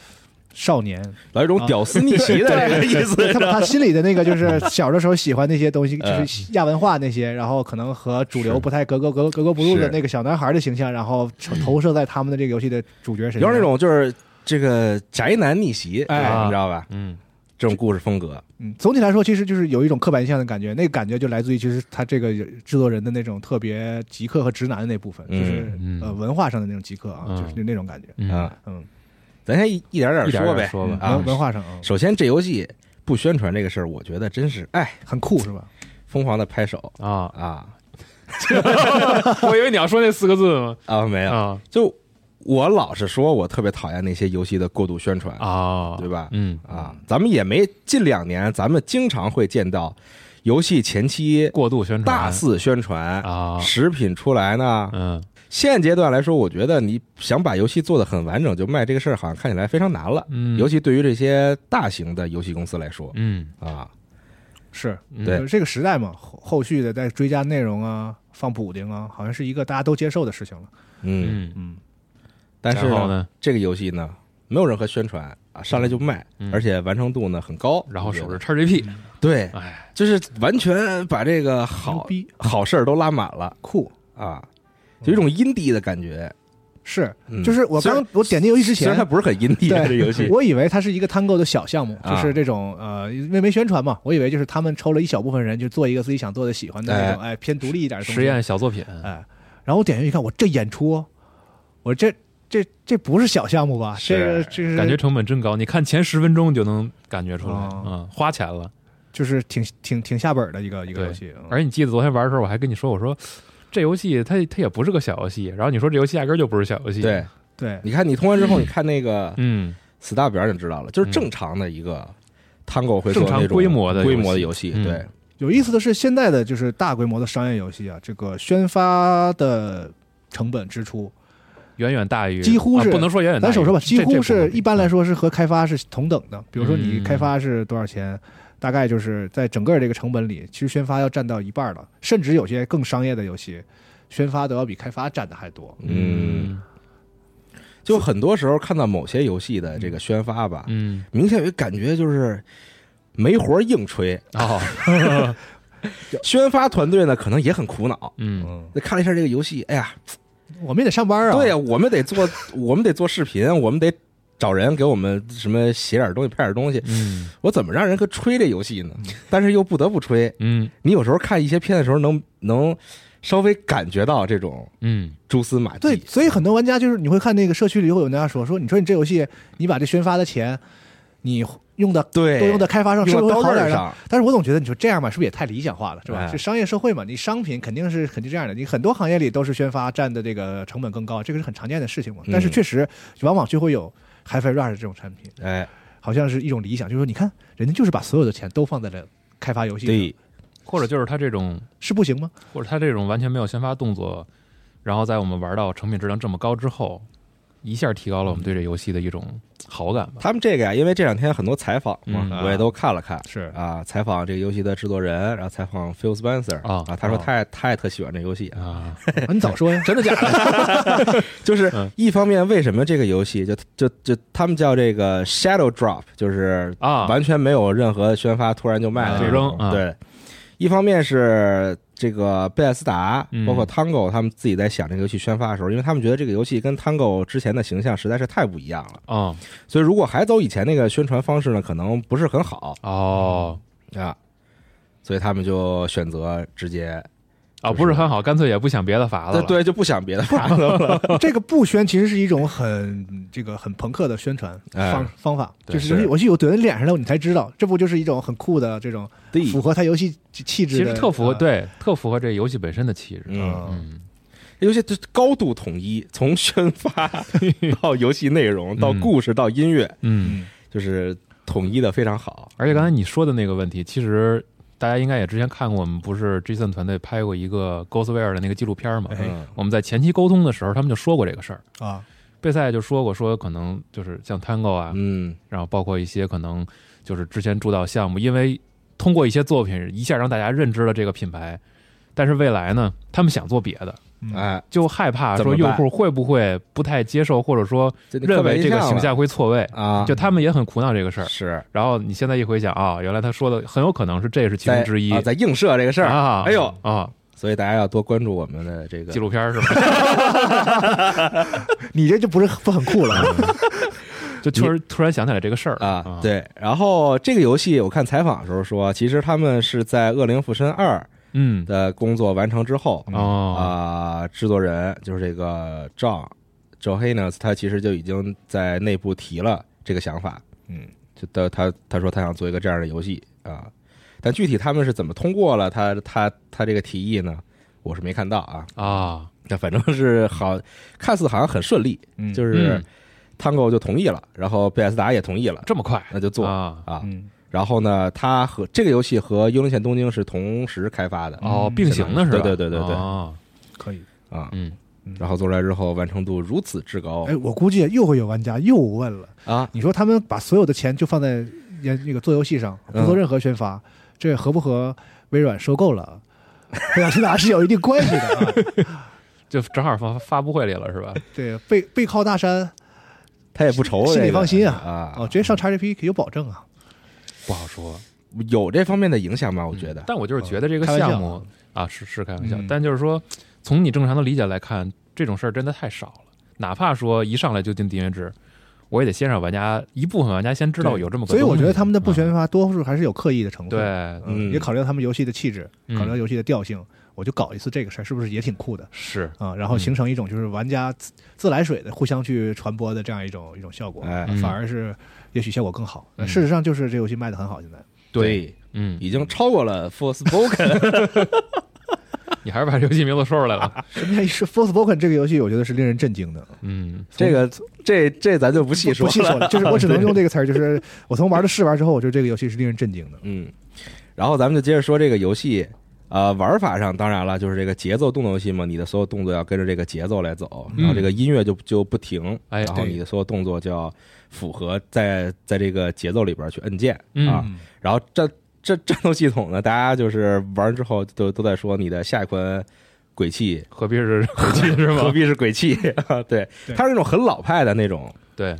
[SPEAKER 3] 少年，
[SPEAKER 1] 老有一种
[SPEAKER 3] 啊
[SPEAKER 1] 屌丝逆袭的这个意思，
[SPEAKER 3] 他他心里的那个就是小的时候喜欢那些东西，
[SPEAKER 1] 嗯
[SPEAKER 3] 就是亚文化那些，然后可能和主流
[SPEAKER 1] 是
[SPEAKER 3] 不太格格格格格不入的
[SPEAKER 1] 是
[SPEAKER 3] 那个小男孩的形象，然后
[SPEAKER 2] 嗯
[SPEAKER 3] 投射在他们的这个游戏的主角身上。
[SPEAKER 1] 有那种就是这个宅男逆袭，
[SPEAKER 3] 哎
[SPEAKER 1] 你知道吧？
[SPEAKER 2] 嗯，
[SPEAKER 1] 这种故事风格，
[SPEAKER 3] 嗯，总体来说，其实就是有一种刻板印象的感觉，那个感觉就来自于其实他这个制作人的那种特别极客和直男的那部分，
[SPEAKER 1] 嗯
[SPEAKER 3] 就是、
[SPEAKER 2] 嗯
[SPEAKER 3] 呃文化上的那种极客啊，
[SPEAKER 2] 嗯
[SPEAKER 3] 就是那种感觉。
[SPEAKER 2] 嗯
[SPEAKER 1] 啊，
[SPEAKER 3] 嗯，
[SPEAKER 1] 咱先一一点点
[SPEAKER 2] 一点
[SPEAKER 1] 说
[SPEAKER 2] 点
[SPEAKER 1] 呗。
[SPEAKER 2] 说吧，嗯
[SPEAKER 1] 啊
[SPEAKER 3] 文文化上啊，
[SPEAKER 1] 首先，这游戏不宣传这个事儿，我觉得真是哎，
[SPEAKER 3] 很酷是吧？
[SPEAKER 1] 疯狂的拍手
[SPEAKER 2] 啊，
[SPEAKER 1] 啊
[SPEAKER 2] 我以为你要说那四个字呢
[SPEAKER 1] 啊！没有，
[SPEAKER 2] 啊
[SPEAKER 1] 就我老实说，我特别讨厌那些游戏的过度宣传，
[SPEAKER 2] 啊，
[SPEAKER 1] 对吧？
[SPEAKER 2] 嗯，
[SPEAKER 1] 啊，咱们也没近两年，咱们经常会见到游戏前期
[SPEAKER 2] 过度宣传
[SPEAKER 1] 大肆宣传，
[SPEAKER 2] 啊，
[SPEAKER 1] 食品出来呢。
[SPEAKER 2] 嗯，
[SPEAKER 1] 现阶段来说，我觉得你想把游戏做得很完整，就卖这个事儿，好像看起来非常难了。
[SPEAKER 2] 嗯
[SPEAKER 1] 尤其对于这些大型的游戏公司来说
[SPEAKER 2] 嗯，
[SPEAKER 1] 啊，
[SPEAKER 3] 是，
[SPEAKER 2] 嗯
[SPEAKER 1] 对
[SPEAKER 3] 就是这个时代嘛，后后续的再追加内容啊，放补丁啊，好像是一个大家都接受的事情了。
[SPEAKER 1] 嗯，
[SPEAKER 2] 嗯，
[SPEAKER 3] 嗯，
[SPEAKER 1] 但是
[SPEAKER 2] 然后呢，
[SPEAKER 1] 这个游戏呢，没有任何宣传啊，上来就卖，
[SPEAKER 2] 嗯
[SPEAKER 1] 而且完成度呢很高，
[SPEAKER 2] 然后手
[SPEAKER 1] 我觉
[SPEAKER 2] 是
[SPEAKER 1] 得
[SPEAKER 2] XGP，
[SPEAKER 3] 嗯
[SPEAKER 1] 对，
[SPEAKER 2] 哎，
[SPEAKER 1] 就是完全把这个
[SPEAKER 3] 牛
[SPEAKER 1] 好
[SPEAKER 3] 逼
[SPEAKER 1] 好事儿都拉满了
[SPEAKER 3] 酷
[SPEAKER 1] 啊，有一种阴地的感觉。
[SPEAKER 3] 是，
[SPEAKER 1] 嗯
[SPEAKER 3] 就是我
[SPEAKER 1] 虽然
[SPEAKER 3] 刚我点进游戏之
[SPEAKER 1] 虽然它
[SPEAKER 3] 前。
[SPEAKER 1] 不是很阴地
[SPEAKER 3] 对
[SPEAKER 1] 啊这游 戏，
[SPEAKER 3] 我以为它是一个 Tango 的小项目，就
[SPEAKER 1] 啊
[SPEAKER 3] 是这种呃，因为没宣传嘛，我以为就是他们抽了一小部分人，就做一个自己想做的、喜欢的那种，哎，偏独立一点的东西
[SPEAKER 2] 实验小作品，
[SPEAKER 3] 哎，然后我点进去一看，我这演出，我这这这不是小项目吧？
[SPEAKER 1] 是
[SPEAKER 3] 这个这是
[SPEAKER 2] 感觉成本真高，你看前十分钟就能感觉出来，
[SPEAKER 3] 哦
[SPEAKER 2] 嗯，花钱了。
[SPEAKER 3] 就是挺挺挺下本的一个一个游戏。嗯
[SPEAKER 2] 而你记得昨天玩的时候，我还跟你说，我说这游戏它它也不是个小游戏，然后你说这游戏压根儿就不是小游戏，
[SPEAKER 1] 对，
[SPEAKER 3] 对，
[SPEAKER 1] 你看你通关之后，你看那个
[SPEAKER 2] 嗯，
[SPEAKER 1] 死大表你就知道了，就是正常的一个 Tango 会说
[SPEAKER 2] 正
[SPEAKER 1] 的
[SPEAKER 2] 常
[SPEAKER 1] 那种
[SPEAKER 2] 规模的
[SPEAKER 1] 规
[SPEAKER 2] 游
[SPEAKER 1] 模的
[SPEAKER 2] 戏
[SPEAKER 1] 游戏，
[SPEAKER 2] 嗯
[SPEAKER 1] 对，
[SPEAKER 3] 有意思的是，现在的就是大规模的商业游戏啊，这个宣发的成本支出，
[SPEAKER 2] 远远大于，
[SPEAKER 3] 几乎是
[SPEAKER 2] 啊不能说远远大于，
[SPEAKER 3] 咱手说吧，几
[SPEAKER 2] 这
[SPEAKER 3] 乎是一般
[SPEAKER 1] 嗯
[SPEAKER 3] 来，
[SPEAKER 2] 这不能比
[SPEAKER 3] 说是和开发是同等的。比如说你
[SPEAKER 2] 嗯
[SPEAKER 3] 开发是多少钱，大概就是在整个这个成本里，其实宣发要占到一半了，甚至有些更商业的游戏，宣发都要比开发占的还多。
[SPEAKER 1] 嗯，就很多时候看到某些游戏的这个宣发吧，
[SPEAKER 2] 嗯，
[SPEAKER 1] 明显有一感觉就是没活儿硬吹，
[SPEAKER 3] 嗯
[SPEAKER 2] 哦，
[SPEAKER 1] 宣发团队呢可能也很苦恼。
[SPEAKER 2] 嗯，
[SPEAKER 3] 嗯，
[SPEAKER 1] 那看了一下这个游戏，哎呀，
[SPEAKER 3] 我们也得上班啊。
[SPEAKER 1] 对呀、我们得 做，我们得做视频，我们得找人给我们什么写点东西、拍点东西。
[SPEAKER 2] 嗯，
[SPEAKER 1] 我怎么让人和吹这游戏呢？但是又不得不吹。
[SPEAKER 2] 嗯，
[SPEAKER 1] 你有时候看一些片的时候能，能稍微感觉到这种
[SPEAKER 2] 嗯，
[SPEAKER 1] 蛛丝马迹。
[SPEAKER 3] 对，所以很多玩家就是你会看那个社区里会有人家说说，你说你这游戏你把这宣发的钱，你用的
[SPEAKER 1] 对，
[SPEAKER 3] 都用在开发上，是不
[SPEAKER 1] 用
[SPEAKER 3] 是
[SPEAKER 1] 到
[SPEAKER 3] 会
[SPEAKER 1] 刀
[SPEAKER 3] 好点
[SPEAKER 1] 刃
[SPEAKER 3] 呢？
[SPEAKER 1] 上，
[SPEAKER 3] 但是我总觉得你说这样吧，是不是也太理想化了，是吧？
[SPEAKER 1] 哎
[SPEAKER 3] 是商业社会嘛，你商品肯定是肯定这样的，你很多行业里都是宣发占的这个成本更高，这个是很常见的事情嘛。
[SPEAKER 1] 嗯
[SPEAKER 3] 但是确实，往往就会有 HiFi Rush 这种产品，
[SPEAKER 1] 哎，
[SPEAKER 3] 好像是一种理想，就是说你看人家就是把所有的钱都放在了开发游戏上，
[SPEAKER 1] 对，
[SPEAKER 2] 或者就是他这种，
[SPEAKER 3] 是不行吗？
[SPEAKER 2] 或者他这种完全没有先发动作，然后在我们玩到成品质量这么高之后，一下提高了我们对这游戏的一种好感吧。
[SPEAKER 1] 他们这个呀，因为这两天很多采访嘛，
[SPEAKER 2] 嗯
[SPEAKER 1] 我也都看了看。
[SPEAKER 3] 是
[SPEAKER 1] 啊，采访这个游戏的制作人，然后采访 Phil Spencer
[SPEAKER 3] 哦
[SPEAKER 2] 啊
[SPEAKER 1] 他说
[SPEAKER 2] 啊
[SPEAKER 1] 太太特喜欢这游戏，
[SPEAKER 2] 啊，
[SPEAKER 3] 啊你早说呀！
[SPEAKER 2] 真的假的？
[SPEAKER 1] 就是
[SPEAKER 2] 嗯
[SPEAKER 1] 一方面为什么这个游戏就就就他们叫这个 Shadow Drop，就是
[SPEAKER 2] 啊，
[SPEAKER 1] 完全没有任何宣发，突然就卖了
[SPEAKER 2] 啊
[SPEAKER 1] 这种
[SPEAKER 2] 最终啊
[SPEAKER 1] 对，一方面是这个贝塞斯达，
[SPEAKER 2] 嗯
[SPEAKER 1] 包括 Tango 他们自己在想这个游戏宣发的时候，因为他们觉得这个游戏跟 Tango 之前的形象实在是太不一样了，
[SPEAKER 2] 哦
[SPEAKER 1] 所以如果还走以前那个宣传方式呢，可能不是很好
[SPEAKER 2] 哦
[SPEAKER 1] 啊，所以他们就选择直接
[SPEAKER 2] 哦，不是很好，干脆也不想别的法子
[SPEAKER 1] 对
[SPEAKER 2] 了。
[SPEAKER 1] 对就不想别的法 子了，
[SPEAKER 3] 这个不宣其实是一种很这个很朋克的宣传
[SPEAKER 1] 哎
[SPEAKER 3] 方、方法，
[SPEAKER 2] 对
[SPEAKER 3] 就是游戏
[SPEAKER 1] 是
[SPEAKER 3] 游戏有怼在脸上了，你才知道，这不就是一种很酷的这种
[SPEAKER 1] 对
[SPEAKER 3] 符合他游戏气质
[SPEAKER 2] 其实
[SPEAKER 3] 的，
[SPEAKER 2] 特符合，
[SPEAKER 3] 啊，
[SPEAKER 2] 对，特符合这游戏本身的气质。
[SPEAKER 1] 嗯。
[SPEAKER 3] 嗯
[SPEAKER 2] 嗯，
[SPEAKER 1] 这游戏就是高度统一， 从宣发到游戏内容，到故事，到音乐，
[SPEAKER 2] 嗯，
[SPEAKER 1] 就是统一的非常好。
[SPEAKER 2] 而且刚才你说的那个问题，其实大家应该也之前看过，我们不是 Jason 团队拍过一个 Ghostware 的那个纪录片嘛？
[SPEAKER 3] 哎
[SPEAKER 1] 嗯
[SPEAKER 2] 我们在前期沟通的时候，他们就说过这个事儿。
[SPEAKER 3] 啊，
[SPEAKER 2] 贝塞就说过，说可能就是像 Tango 啊，
[SPEAKER 1] 嗯，
[SPEAKER 2] 然后包括一些可能就是之前主导项目，因为通过一些作品一下让大家认知了这个品牌，但是未来呢，他们想做别的，
[SPEAKER 3] 嗯
[SPEAKER 1] 哎，
[SPEAKER 2] 就害怕
[SPEAKER 1] 怎么
[SPEAKER 2] 说
[SPEAKER 1] 办
[SPEAKER 2] 用户会不会不太接受，或者说
[SPEAKER 1] 就你刻
[SPEAKER 2] 认
[SPEAKER 1] 板
[SPEAKER 2] 为
[SPEAKER 1] 印
[SPEAKER 2] 这个
[SPEAKER 1] 象
[SPEAKER 2] 形
[SPEAKER 1] 了
[SPEAKER 2] 象会错位，
[SPEAKER 1] 啊，
[SPEAKER 2] 就他们也很苦恼这个事儿。
[SPEAKER 1] 是
[SPEAKER 2] 然后你现在一回想啊，原来他说的很有可能是这是其
[SPEAKER 1] 在
[SPEAKER 2] 中之一
[SPEAKER 1] 啊，在映射这个事儿。
[SPEAKER 2] 啊！
[SPEAKER 1] 哎呦
[SPEAKER 2] 啊，
[SPEAKER 1] 所以大家要多关注我们的这个
[SPEAKER 2] 纪录片儿是 吧？
[SPEAKER 3] 你这就不是不很酷了。
[SPEAKER 2] 就确实突然想起来这个事儿
[SPEAKER 1] 啊，，对。然后这个游戏，我看采访的时候说，其实他们是在《恶灵附身二
[SPEAKER 2] 嗯》，
[SPEAKER 1] 的工作完成之后
[SPEAKER 2] 哦，
[SPEAKER 1] 啊、制作人就是这个 John Johannes，他其实就已经在内部提了这个想法，
[SPEAKER 3] 嗯，
[SPEAKER 1] 就他他他说他想做一个这样的游戏啊，但具体他们是怎么通过了他他他这个提议呢？我是没看到啊，
[SPEAKER 2] 啊，
[SPEAKER 1] 但反正是好， 看似好像很顺利，
[SPEAKER 3] 嗯
[SPEAKER 1] 就是是
[SPEAKER 2] 嗯
[SPEAKER 1] Tango 就同意了，然后贝斯达也同意了，
[SPEAKER 2] 这么快
[SPEAKER 1] 那就做
[SPEAKER 2] 啊？
[SPEAKER 1] 啊。
[SPEAKER 3] 嗯
[SPEAKER 1] 然后呢，他和这个游戏和《幽灵线：东京》是同时开发的
[SPEAKER 2] 哦，
[SPEAKER 3] 嗯
[SPEAKER 2] 并行的是吧？
[SPEAKER 1] 对对对对对
[SPEAKER 2] 哦
[SPEAKER 3] 可以。
[SPEAKER 1] 啊，
[SPEAKER 2] 嗯，
[SPEAKER 1] 然后做出来之后完成度如此之高
[SPEAKER 3] 哎，我估计又会有玩家又问了，
[SPEAKER 1] 啊，
[SPEAKER 3] 你说他们把所有的钱就放在研那个做游戏上，不做任何宣发，这合不和微软收购 了？贝塔斯达是有一定关系 的啊，
[SPEAKER 2] 就正好发发布会里了是吧？
[SPEAKER 3] 对，背背靠大山，
[SPEAKER 1] 他也不愁
[SPEAKER 3] 心
[SPEAKER 1] 这
[SPEAKER 3] 里
[SPEAKER 1] 个
[SPEAKER 3] 放心啊
[SPEAKER 1] 啊
[SPEAKER 3] 哦，直接上 XGP 有保证啊，
[SPEAKER 2] 不好说，
[SPEAKER 1] 有这方面的影响吧？我觉得
[SPEAKER 2] 嗯但我就是觉得这个
[SPEAKER 3] 开玩笑
[SPEAKER 2] 项目啊，是是开玩笑
[SPEAKER 3] 嗯，
[SPEAKER 2] 但就是说，从你正常的理解来看，这种事儿真的太少了。哪怕说一上来就进订阅制，我也得先让玩家一部分玩家先知道
[SPEAKER 3] 对
[SPEAKER 2] 有这么个东
[SPEAKER 3] 所
[SPEAKER 2] 西。
[SPEAKER 3] 以我觉得他们的不
[SPEAKER 2] 嗯
[SPEAKER 3] 宣发多数还是有刻意的成分，
[SPEAKER 2] 对
[SPEAKER 3] 嗯，
[SPEAKER 1] 嗯
[SPEAKER 3] 也考虑到他们游戏的气质，
[SPEAKER 2] 嗯
[SPEAKER 3] 考虑到游戏的调性，我就搞一次这个事儿，是不是也挺酷的？
[SPEAKER 2] 是
[SPEAKER 3] 啊，然后形成一种就是玩家自自来水的互相去传播的这样一种一种效果，
[SPEAKER 1] 哎
[SPEAKER 3] 啊反而是也许效果更好。
[SPEAKER 2] 嗯
[SPEAKER 3] 事实上就是这游戏卖的很好，现在
[SPEAKER 2] 对，嗯，
[SPEAKER 1] 已经超过了 Forspoken
[SPEAKER 2] 你还是把游戏名字说出来了。
[SPEAKER 3] 什么叫是 Forspoken 这个游戏，我觉得是令人震惊的。
[SPEAKER 2] 嗯，
[SPEAKER 1] 这个这这咱就不细说
[SPEAKER 3] 不细说了，就是我只能用这个词儿，就是我从玩了试玩之后，我觉得这个游戏是令人震惊的。
[SPEAKER 1] 嗯，然后咱们就接着说这个游戏，呃，玩法上当然了，就是这个节奏动作游戏嘛，你的所有动作要跟着这个节奏来走，
[SPEAKER 2] 嗯
[SPEAKER 1] 然后这个音乐就就不停，
[SPEAKER 2] 哎
[SPEAKER 1] 然后
[SPEAKER 3] 对
[SPEAKER 1] 你的所有动作就要符合在在这个节奏里边去按键啊。
[SPEAKER 2] 嗯
[SPEAKER 1] 然后战这战斗系统呢，大家就是玩之后都都在说你的下一款鬼泣
[SPEAKER 2] 何必是何必是
[SPEAKER 1] 何
[SPEAKER 2] 吗？
[SPEAKER 1] 必是鬼泣？ 啊对，
[SPEAKER 3] 对
[SPEAKER 1] 它是那种很老派的那种
[SPEAKER 2] 对，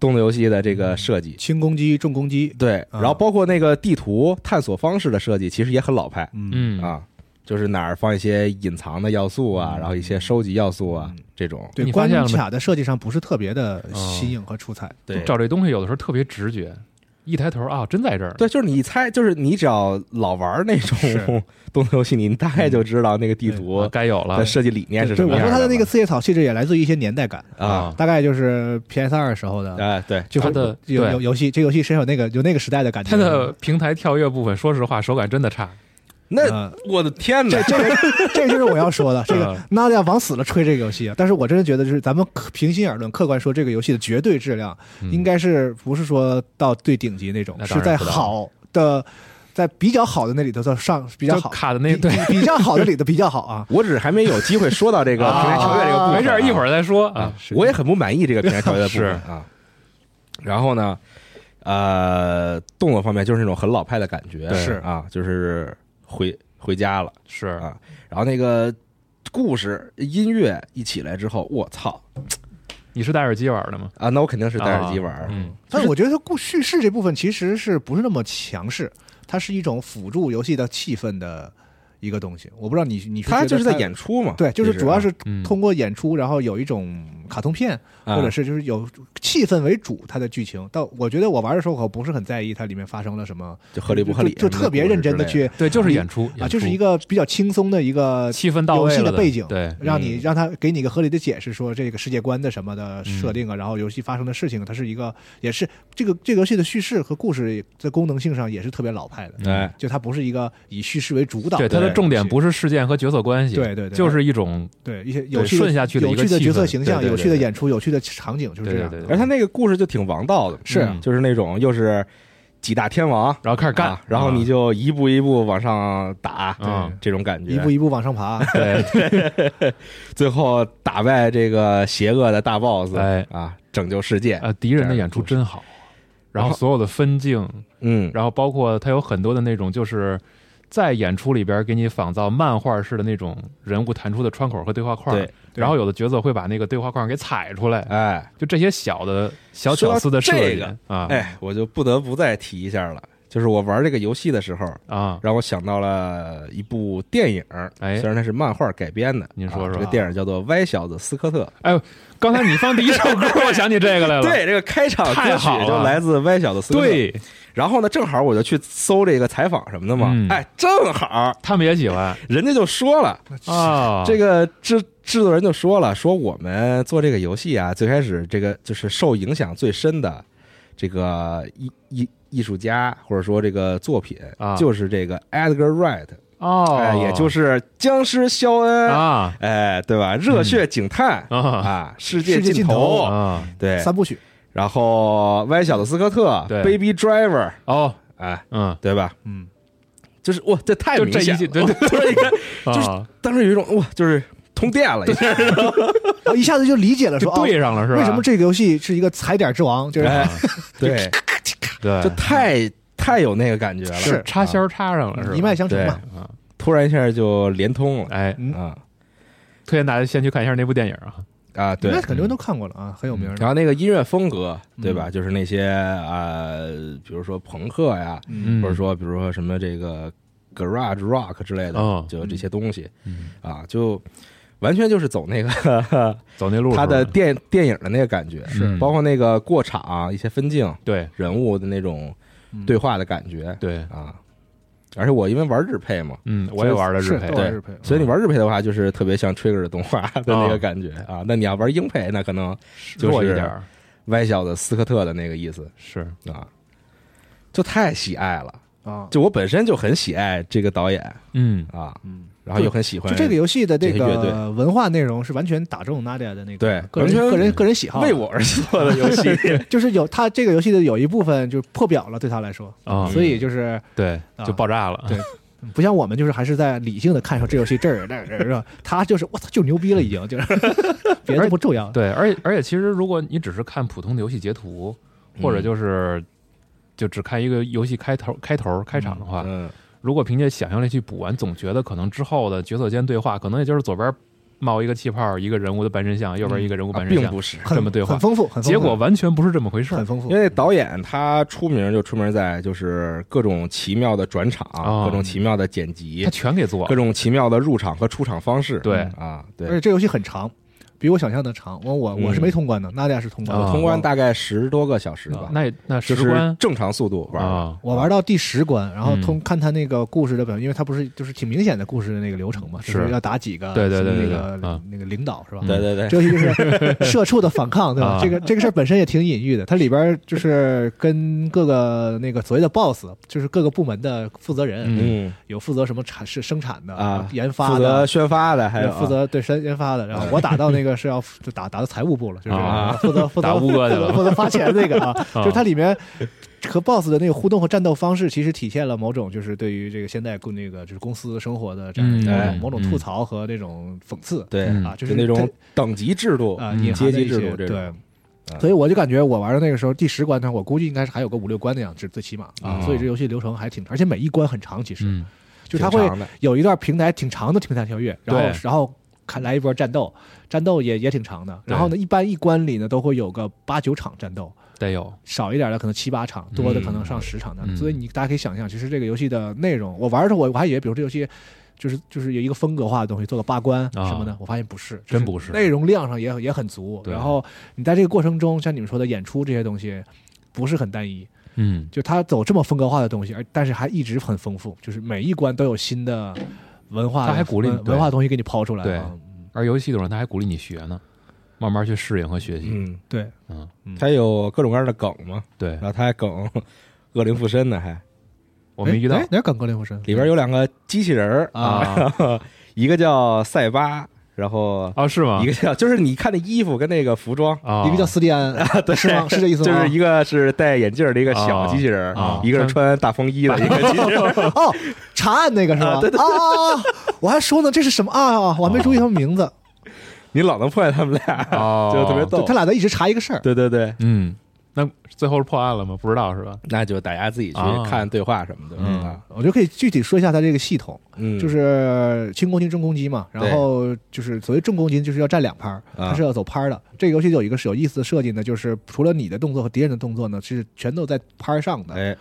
[SPEAKER 1] 动作游戏的这个设计。
[SPEAKER 3] 轻攻击、重攻击，
[SPEAKER 1] 对，
[SPEAKER 3] 啊
[SPEAKER 1] 然后包括那个地图探索方式的设计，其实也很老派
[SPEAKER 3] 嗯，
[SPEAKER 2] 嗯，
[SPEAKER 1] 啊，就是哪儿放一些隐藏的要素啊，
[SPEAKER 3] 嗯
[SPEAKER 1] 然后一些收集要素啊
[SPEAKER 3] 嗯
[SPEAKER 1] 这种。
[SPEAKER 3] 对，
[SPEAKER 2] 你发
[SPEAKER 3] 关
[SPEAKER 2] 现了吗
[SPEAKER 3] 卡的设计上不是特别的新颖和出彩。
[SPEAKER 1] 对，
[SPEAKER 2] 找这东西有的时候特别直觉，一抬头啊，真在这儿。
[SPEAKER 1] 对，就是你一猜，就是你只要老玩那种
[SPEAKER 3] 是 嗯
[SPEAKER 1] 动作游戏，你大概就知道那个地
[SPEAKER 2] 啊
[SPEAKER 1] 图
[SPEAKER 2] 该有了
[SPEAKER 1] 的。设计理念是
[SPEAKER 3] 对，
[SPEAKER 1] 什
[SPEAKER 3] 对
[SPEAKER 1] 么
[SPEAKER 3] 我
[SPEAKER 1] 样
[SPEAKER 3] 说它的那
[SPEAKER 1] 嘛
[SPEAKER 3] 个四叶草气质也来自于一些年代感，
[SPEAKER 1] 啊
[SPEAKER 2] 啊
[SPEAKER 3] 大概就是 PS 二时候的，
[SPEAKER 1] 啊，对，
[SPEAKER 3] 就
[SPEAKER 2] 它
[SPEAKER 3] 是
[SPEAKER 2] 的
[SPEAKER 3] 有
[SPEAKER 2] 对
[SPEAKER 3] 有游戏，这游戏身上有那个有那个时代的感觉。嗯
[SPEAKER 2] 它的平台跳跃部分，说实话，手感真的差。
[SPEAKER 1] 那
[SPEAKER 3] 嗯
[SPEAKER 1] 我的天哪。
[SPEAKER 3] 这！这个 这就是我要说的，这个
[SPEAKER 2] 嗯
[SPEAKER 3] 娜迪亚往死了吹这个游戏啊！但是我真的觉得，就是咱们可平心而论、客观说，这个游戏的绝对质量
[SPEAKER 2] 嗯
[SPEAKER 3] 应该是不是说到最顶级那种，
[SPEAKER 2] 那当然
[SPEAKER 3] 是在
[SPEAKER 2] 不到
[SPEAKER 3] 好的，在比较好的那里头算上比较
[SPEAKER 2] 就
[SPEAKER 3] 好，
[SPEAKER 2] 卡的那
[SPEAKER 3] 比
[SPEAKER 2] 对
[SPEAKER 3] 比比较好的里头比较好 啊
[SPEAKER 1] 我只是还没有机会说到这个平台跳跃这个部分啊，
[SPEAKER 2] 没事儿，一会儿再说啊
[SPEAKER 1] 啊。，我也很不满意这个平台跳跃的部
[SPEAKER 2] 是
[SPEAKER 1] 分啊。然后呢，呃，动作方面就是那种很老派的感觉，
[SPEAKER 3] 是
[SPEAKER 1] 啊，就是回回家了。
[SPEAKER 2] 是
[SPEAKER 1] 啊然后那个故事音乐一起来之后，我操
[SPEAKER 2] 你是戴耳机玩的吗？
[SPEAKER 1] 啊！那我肯定是戴耳机玩
[SPEAKER 2] 啊
[SPEAKER 1] 儿，
[SPEAKER 2] 嗯，
[SPEAKER 3] 但是我觉得它故叙事这部分其实是不是那么强势，它是一种辅助游戏的气氛的一个东西。我不知道你你
[SPEAKER 1] 他就
[SPEAKER 3] 觉
[SPEAKER 1] 是
[SPEAKER 3] 得
[SPEAKER 1] 在
[SPEAKER 3] 它，
[SPEAKER 1] 演出嘛，
[SPEAKER 3] 对，就是
[SPEAKER 1] 其实
[SPEAKER 3] 主要是
[SPEAKER 2] 嗯
[SPEAKER 3] 通过演出，然后有一种卡通片。
[SPEAKER 1] 啊
[SPEAKER 3] 或者是就是有气氛为主，它的剧情。但我觉得我玩的时候，我不是很在意它里面发生了什么，
[SPEAKER 1] 就合理不合理
[SPEAKER 3] 就就特别认真的去
[SPEAKER 2] 对，就是演出嗯
[SPEAKER 3] 啊，就是一
[SPEAKER 2] 个
[SPEAKER 3] 个比较轻松的一个，
[SPEAKER 2] 气氛到位
[SPEAKER 3] 游戏
[SPEAKER 2] 了
[SPEAKER 3] 的背景
[SPEAKER 2] 对，
[SPEAKER 3] 让你
[SPEAKER 1] 嗯
[SPEAKER 3] 让它给你一个合理的解释，说这个世界观的什么的设
[SPEAKER 2] 嗯
[SPEAKER 3] 定啊，然后游戏发生的事情，它是一个也是这个这个游戏的叙事和故事在功能性上也是特别老派的，
[SPEAKER 1] 之类的哎，
[SPEAKER 3] 就它不是一个以叙事为主导
[SPEAKER 2] 对
[SPEAKER 3] 的，
[SPEAKER 2] 它的重点不是事件和角色关系，
[SPEAKER 3] 对对对
[SPEAKER 2] 就是一种
[SPEAKER 3] 对一些有趣
[SPEAKER 2] 对顺下去的一
[SPEAKER 3] 有
[SPEAKER 2] 个
[SPEAKER 3] 趣的
[SPEAKER 2] 气氛
[SPEAKER 3] 角色形象、
[SPEAKER 1] 对对对
[SPEAKER 3] 有趣的演出、有趣的场景，就是这样的。
[SPEAKER 2] 对对对
[SPEAKER 1] 而他那个故事就挺王道的，
[SPEAKER 3] 是啊
[SPEAKER 2] 嗯
[SPEAKER 1] 就是那种又是几大天王。
[SPEAKER 2] 然后开始干
[SPEAKER 1] 啊，然后你就
[SPEAKER 2] 就
[SPEAKER 1] 一步一步往上打，
[SPEAKER 2] 啊
[SPEAKER 1] 对这种感觉，
[SPEAKER 3] 一步一步往上爬，
[SPEAKER 2] 对，
[SPEAKER 1] 最后打败这个邪恶的大 boss，
[SPEAKER 2] 哎
[SPEAKER 1] 啊，拯救世界。
[SPEAKER 2] 呃，敌人的演出真好，然后所有的分镜，
[SPEAKER 1] 嗯，
[SPEAKER 2] 然后包括它有很多的那种就是。在演出里边给你仿造漫画式的那种人物弹出的窗口和对话框，
[SPEAKER 1] 对，
[SPEAKER 2] 然后有的角色会把那个对话框给踩出来，
[SPEAKER 1] 哎
[SPEAKER 2] 就这些小的小巧思的设
[SPEAKER 1] 说到这
[SPEAKER 2] 计
[SPEAKER 1] 个
[SPEAKER 2] 啊
[SPEAKER 1] 哎，我就不得不再提一下了。就是我玩这个游戏的时候，
[SPEAKER 2] 啊，
[SPEAKER 1] 让我想到了一部电影，
[SPEAKER 2] 哎
[SPEAKER 1] 虽然它是漫画改编的，
[SPEAKER 2] 您说
[SPEAKER 1] 啊
[SPEAKER 2] 说
[SPEAKER 1] 这个电影叫做《歪小子斯科特
[SPEAKER 2] 哎刚才你放第一首歌，我想起这个来》。了。
[SPEAKER 1] 对，这个开场
[SPEAKER 2] 哎太
[SPEAKER 1] 歌
[SPEAKER 2] 好
[SPEAKER 1] 曲
[SPEAKER 2] 了
[SPEAKER 1] 就来自歪小子斯科特。，
[SPEAKER 2] 对，
[SPEAKER 1] 然后呢，正好我就去搜这个采访什么的嘛，
[SPEAKER 2] 嗯
[SPEAKER 1] 哎，正好
[SPEAKER 2] 他们也喜欢
[SPEAKER 1] 人家就说了，
[SPEAKER 2] 啊。
[SPEAKER 1] 这个制制作人就说了，说我们做这个游戏啊，最开始这个就是受影响最深的这个艺艺艺术家或者说这个作品，
[SPEAKER 2] 啊
[SPEAKER 1] 就是这个 Edgar Wright，
[SPEAKER 2] 哦，
[SPEAKER 1] 哎，也就是是僵尸肖恩，
[SPEAKER 2] 啊
[SPEAKER 1] 哎，对吧？热血警探、
[SPEAKER 2] 啊
[SPEAKER 1] 啊，世界
[SPEAKER 3] 世界
[SPEAKER 1] 尽
[SPEAKER 3] 尽头
[SPEAKER 2] 啊
[SPEAKER 1] 对，
[SPEAKER 3] 三部曲，
[SPEAKER 1] 然后歪小的斯科特
[SPEAKER 2] 对
[SPEAKER 1] ，Baby Driver，
[SPEAKER 2] 哦
[SPEAKER 1] 哎，
[SPEAKER 2] 嗯，
[SPEAKER 1] 对吧？
[SPEAKER 3] 嗯，
[SPEAKER 1] 就是哇，这太
[SPEAKER 2] 就
[SPEAKER 1] 明
[SPEAKER 2] 这一
[SPEAKER 1] 显
[SPEAKER 2] 季，
[SPEAKER 1] 了，哦
[SPEAKER 2] 对对，
[SPEAKER 1] 突然一看，就是
[SPEAKER 2] 啊
[SPEAKER 1] 当时有一种哇，就是通电了一下。
[SPEAKER 3] 然后一下子就理解了，
[SPEAKER 2] 就
[SPEAKER 3] 说哦
[SPEAKER 2] 对上了是吧？
[SPEAKER 3] 为什么这个游戏是一个踩点之王？就是
[SPEAKER 2] 啊
[SPEAKER 1] 哎， 对，
[SPEAKER 2] 对
[SPEAKER 1] 就啊太太有那个感觉了，
[SPEAKER 3] 是
[SPEAKER 2] 插销插上了是吧？
[SPEAKER 3] 一脉相承嘛。
[SPEAKER 2] 啊，
[SPEAKER 1] 突然一下就连通了
[SPEAKER 2] 哎，
[SPEAKER 3] 嗯，
[SPEAKER 1] 啊
[SPEAKER 2] 推荐大家先去看一下那部电影啊。
[SPEAKER 1] 啊！
[SPEAKER 3] 应
[SPEAKER 1] 对嗯
[SPEAKER 3] 该，很多人都看过了啊，很有名
[SPEAKER 1] 然
[SPEAKER 3] 的。
[SPEAKER 1] 后那个音乐风格，
[SPEAKER 2] 嗯
[SPEAKER 1] 对吧？就是那些呃，比如说朋克呀，
[SPEAKER 2] 嗯
[SPEAKER 1] 或者说比如说什么这个 garage rock 之类的
[SPEAKER 2] 哦，
[SPEAKER 1] 就这些东西
[SPEAKER 2] 嗯，
[SPEAKER 1] 啊，就完全就是走那个
[SPEAKER 2] 走那路是
[SPEAKER 1] 他
[SPEAKER 2] 吧
[SPEAKER 1] 的电电影的那个感觉，嗯
[SPEAKER 2] 是
[SPEAKER 1] 包括那个过场一些分镜、
[SPEAKER 2] 对
[SPEAKER 1] 人物的那种
[SPEAKER 3] 嗯
[SPEAKER 1] 对话的感觉
[SPEAKER 2] 对，
[SPEAKER 1] 啊。而且我因为玩日配嘛，
[SPEAKER 2] 嗯，我也玩了日
[SPEAKER 3] 是
[SPEAKER 2] 配
[SPEAKER 3] 都，
[SPEAKER 1] 对
[SPEAKER 3] 玩日配，
[SPEAKER 1] 所以你玩日配的话，就是特别像 Trigger 的动画的那个感觉啊。那你要玩英配，那可能就是嗯
[SPEAKER 2] 弱一点儿
[SPEAKER 1] 歪小的斯科特的那个意思
[SPEAKER 2] 是
[SPEAKER 1] 啊，就太喜爱了。
[SPEAKER 3] 啊，
[SPEAKER 1] 就我本身就很喜爱这个导演
[SPEAKER 2] 嗯
[SPEAKER 1] 啊，
[SPEAKER 3] 嗯，
[SPEAKER 1] 然后又很喜欢
[SPEAKER 3] 就这个游戏的这
[SPEAKER 1] 这个乐
[SPEAKER 3] 个
[SPEAKER 1] 队
[SPEAKER 3] 文化内容是完全打中 Nadia 的那个
[SPEAKER 1] 对
[SPEAKER 3] 个人
[SPEAKER 1] 完全
[SPEAKER 3] 个人个人喜好，
[SPEAKER 1] 为我而做的游 戏，
[SPEAKER 3] 就是有他这个游戏的有一部分就是破表了，对他来说，
[SPEAKER 2] 啊，
[SPEAKER 1] 嗯
[SPEAKER 3] 所以就是
[SPEAKER 2] 对，
[SPEAKER 3] 啊
[SPEAKER 2] 就爆炸了。
[SPEAKER 3] 对不像我们，就是还是在理性的看说这游戏这儿那儿这儿是吧？他就是我操，就是牛逼了，已经就是 别的不重要了。
[SPEAKER 2] 对，而且而且，其实如果你只是看普通的游戏截图，或者就是就只看一个游戏开头、开头、开场的话，
[SPEAKER 1] 嗯
[SPEAKER 2] 如果凭借想象力去补完，总觉得可能之后的角色间对话，可能也就是左边冒一个气泡，一个人物的半身像，右边一个人物
[SPEAKER 1] 啊
[SPEAKER 2] 半身
[SPEAKER 1] 并
[SPEAKER 2] 像，
[SPEAKER 1] 不是，
[SPEAKER 3] 很
[SPEAKER 2] 这么对话
[SPEAKER 3] 很丰富，很丰富
[SPEAKER 2] 结果完全不是这么回事儿
[SPEAKER 3] 很。丰富
[SPEAKER 1] 因。为导演他出名就出名在就是各种奇妙的转场，
[SPEAKER 2] 啊
[SPEAKER 1] 各种奇妙的剪辑
[SPEAKER 2] 他，全给做
[SPEAKER 1] 各
[SPEAKER 2] 了，
[SPEAKER 1] 种奇妙的入场和出场方式。
[SPEAKER 2] 对
[SPEAKER 1] 啊，
[SPEAKER 3] 而
[SPEAKER 1] 对
[SPEAKER 3] 且，这游戏很长，比我想象的长。我我我是
[SPEAKER 1] 嗯
[SPEAKER 3] 没通关的，娜迪亚是通关的。
[SPEAKER 2] 啊
[SPEAKER 1] 通关大概十多个小时吧，
[SPEAKER 2] 那也那
[SPEAKER 1] 就
[SPEAKER 2] 十
[SPEAKER 1] 是
[SPEAKER 2] 关
[SPEAKER 1] 正常速度玩。
[SPEAKER 2] 啊，
[SPEAKER 3] 我玩到第十关，然后
[SPEAKER 2] 嗯
[SPEAKER 3] 通看他那个故事的表，因为他不是就是挺明显的故事的那个流程嘛，
[SPEAKER 2] 是
[SPEAKER 3] 就是要打几个
[SPEAKER 2] 对对对对
[SPEAKER 3] 那
[SPEAKER 2] 对
[SPEAKER 3] 个
[SPEAKER 2] 啊
[SPEAKER 3] 那个领导是吧？
[SPEAKER 1] 对对对，
[SPEAKER 3] 这游戏就是社畜的反抗，对吧
[SPEAKER 2] 啊？
[SPEAKER 3] 这个这个事儿本身也挺隐喻的，它里边儿就是跟各个那个所谓的 boss，就是各个部门的负责人，
[SPEAKER 2] 嗯
[SPEAKER 1] 嗯
[SPEAKER 3] 有负责什么产是生产的
[SPEAKER 1] 啊，
[SPEAKER 3] 研
[SPEAKER 1] 负
[SPEAKER 3] 发
[SPEAKER 1] 责
[SPEAKER 3] 的。
[SPEAKER 1] 宣发的，还
[SPEAKER 3] 也
[SPEAKER 1] 有啊
[SPEAKER 3] 负责对研研发 的，然后我打到那个是要就打打到财务部了，就是
[SPEAKER 2] 啊
[SPEAKER 3] 负责负责
[SPEAKER 2] 打乌龟去了
[SPEAKER 3] 负责发钱那 个啊，
[SPEAKER 2] 啊
[SPEAKER 3] 就是它里面和 BOSS 的那个互动和战斗方式，其实体现了某种就是对于这个现代公那个就是公司生活的这样
[SPEAKER 2] 嗯
[SPEAKER 3] 某
[SPEAKER 1] 哎
[SPEAKER 3] 种某种吐槽和那种讽刺
[SPEAKER 1] 对
[SPEAKER 2] 嗯
[SPEAKER 3] 啊，就是
[SPEAKER 1] 就那
[SPEAKER 3] 它
[SPEAKER 1] 种等级制度
[SPEAKER 3] 啊，
[SPEAKER 2] 嗯
[SPEAKER 3] 隐含
[SPEAKER 1] 阶
[SPEAKER 3] 的
[SPEAKER 1] 级
[SPEAKER 3] 一
[SPEAKER 1] 制
[SPEAKER 3] 些
[SPEAKER 1] 度这
[SPEAKER 3] 对
[SPEAKER 2] 啊
[SPEAKER 1] 种。嗯
[SPEAKER 3] 所以我就感觉我玩的那个时候，第十关呢，我估计应该是还有个五六关那样，最最起码
[SPEAKER 2] 啊
[SPEAKER 3] 所以这游戏流程还挺，而且每一关很 长，其实、
[SPEAKER 2] 嗯，
[SPEAKER 3] 就是它
[SPEAKER 1] 挺
[SPEAKER 3] 会
[SPEAKER 1] 长的
[SPEAKER 3] 有一段平台挺长的平台跳跃，然后
[SPEAKER 2] 对
[SPEAKER 3] 然后看来一波战斗，战斗也也挺长的。然后呢，一般一关里呢都会有个八九场战斗，
[SPEAKER 2] 得有，
[SPEAKER 3] 少一点的可能七八场，多的可能上十场的。
[SPEAKER 2] 嗯
[SPEAKER 3] 所以你大家可以想象，其实这个游戏的内容，我玩的时候我我还以为，比如这游戏就是就是有一个风格化的东西，做个八关
[SPEAKER 2] 啊
[SPEAKER 3] 什么的，我发现不是，
[SPEAKER 2] 真
[SPEAKER 3] 就是
[SPEAKER 2] 不是
[SPEAKER 3] 内容量上也也很足。
[SPEAKER 2] 对
[SPEAKER 3] 然后你在这个过程中，像你们说的演出这些东西。不是很单一，
[SPEAKER 2] 嗯，
[SPEAKER 3] 就它走这么风格化的东西，而但是还一直很丰富，就是每一关都有新的文化，
[SPEAKER 2] 它还鼓励
[SPEAKER 3] 文
[SPEAKER 2] 对
[SPEAKER 3] 文化东西给你抛出来。
[SPEAKER 2] 对
[SPEAKER 3] 啊
[SPEAKER 2] 而游戏的时候他还鼓励你学呢，慢慢去适应和学习，
[SPEAKER 1] 嗯，
[SPEAKER 3] 对，
[SPEAKER 2] 嗯，
[SPEAKER 1] 它有各种各样的梗嘛，
[SPEAKER 2] 对
[SPEAKER 1] 然，后它还梗恶灵附身呢，还
[SPEAKER 2] 我没遇到
[SPEAKER 3] 哎哎哪梗格林附身
[SPEAKER 1] 里边有两个机器人儿，
[SPEAKER 2] 啊
[SPEAKER 1] 一个叫塞巴，然后
[SPEAKER 2] 啊，是吗
[SPEAKER 1] 一？个叫就是你看那衣服跟那个服装，
[SPEAKER 2] 啊，
[SPEAKER 3] 一个叫斯蒂安，对，是吗？是这意思
[SPEAKER 1] 就
[SPEAKER 3] 吗？
[SPEAKER 1] 是一个是戴眼镜的一个小机器人
[SPEAKER 2] 啊啊
[SPEAKER 1] 儿，一个是穿大风衣的一个机 器人儿，
[SPEAKER 3] 哦，查案那个是吧？
[SPEAKER 1] 啊对对
[SPEAKER 3] 啊 啊啊！我还说呢，这是什么啊？我还没注意他们名字，
[SPEAKER 1] 你老能碰见他们俩，
[SPEAKER 2] 哦，
[SPEAKER 1] 就特别逗
[SPEAKER 3] 他。俩在一直查一个事儿。
[SPEAKER 1] 对对对，
[SPEAKER 2] 嗯，那最后是破案了吗？不知道是吧？
[SPEAKER 1] 那就大家自己去
[SPEAKER 2] 啊
[SPEAKER 1] 看对话什么的
[SPEAKER 2] 嗯
[SPEAKER 1] 啊，
[SPEAKER 3] 我就可以具体说一下它这个系统，
[SPEAKER 1] 嗯，
[SPEAKER 3] 就是轻攻击、重攻击嘛，然后就是所谓重攻击，就是要占两拍儿，
[SPEAKER 1] 啊
[SPEAKER 3] 它是要走拍儿的。这个游戏有一个是有意思的设计呢，就是除了你的动作和敌人的动作呢，是全都在拍儿上的
[SPEAKER 1] 哎，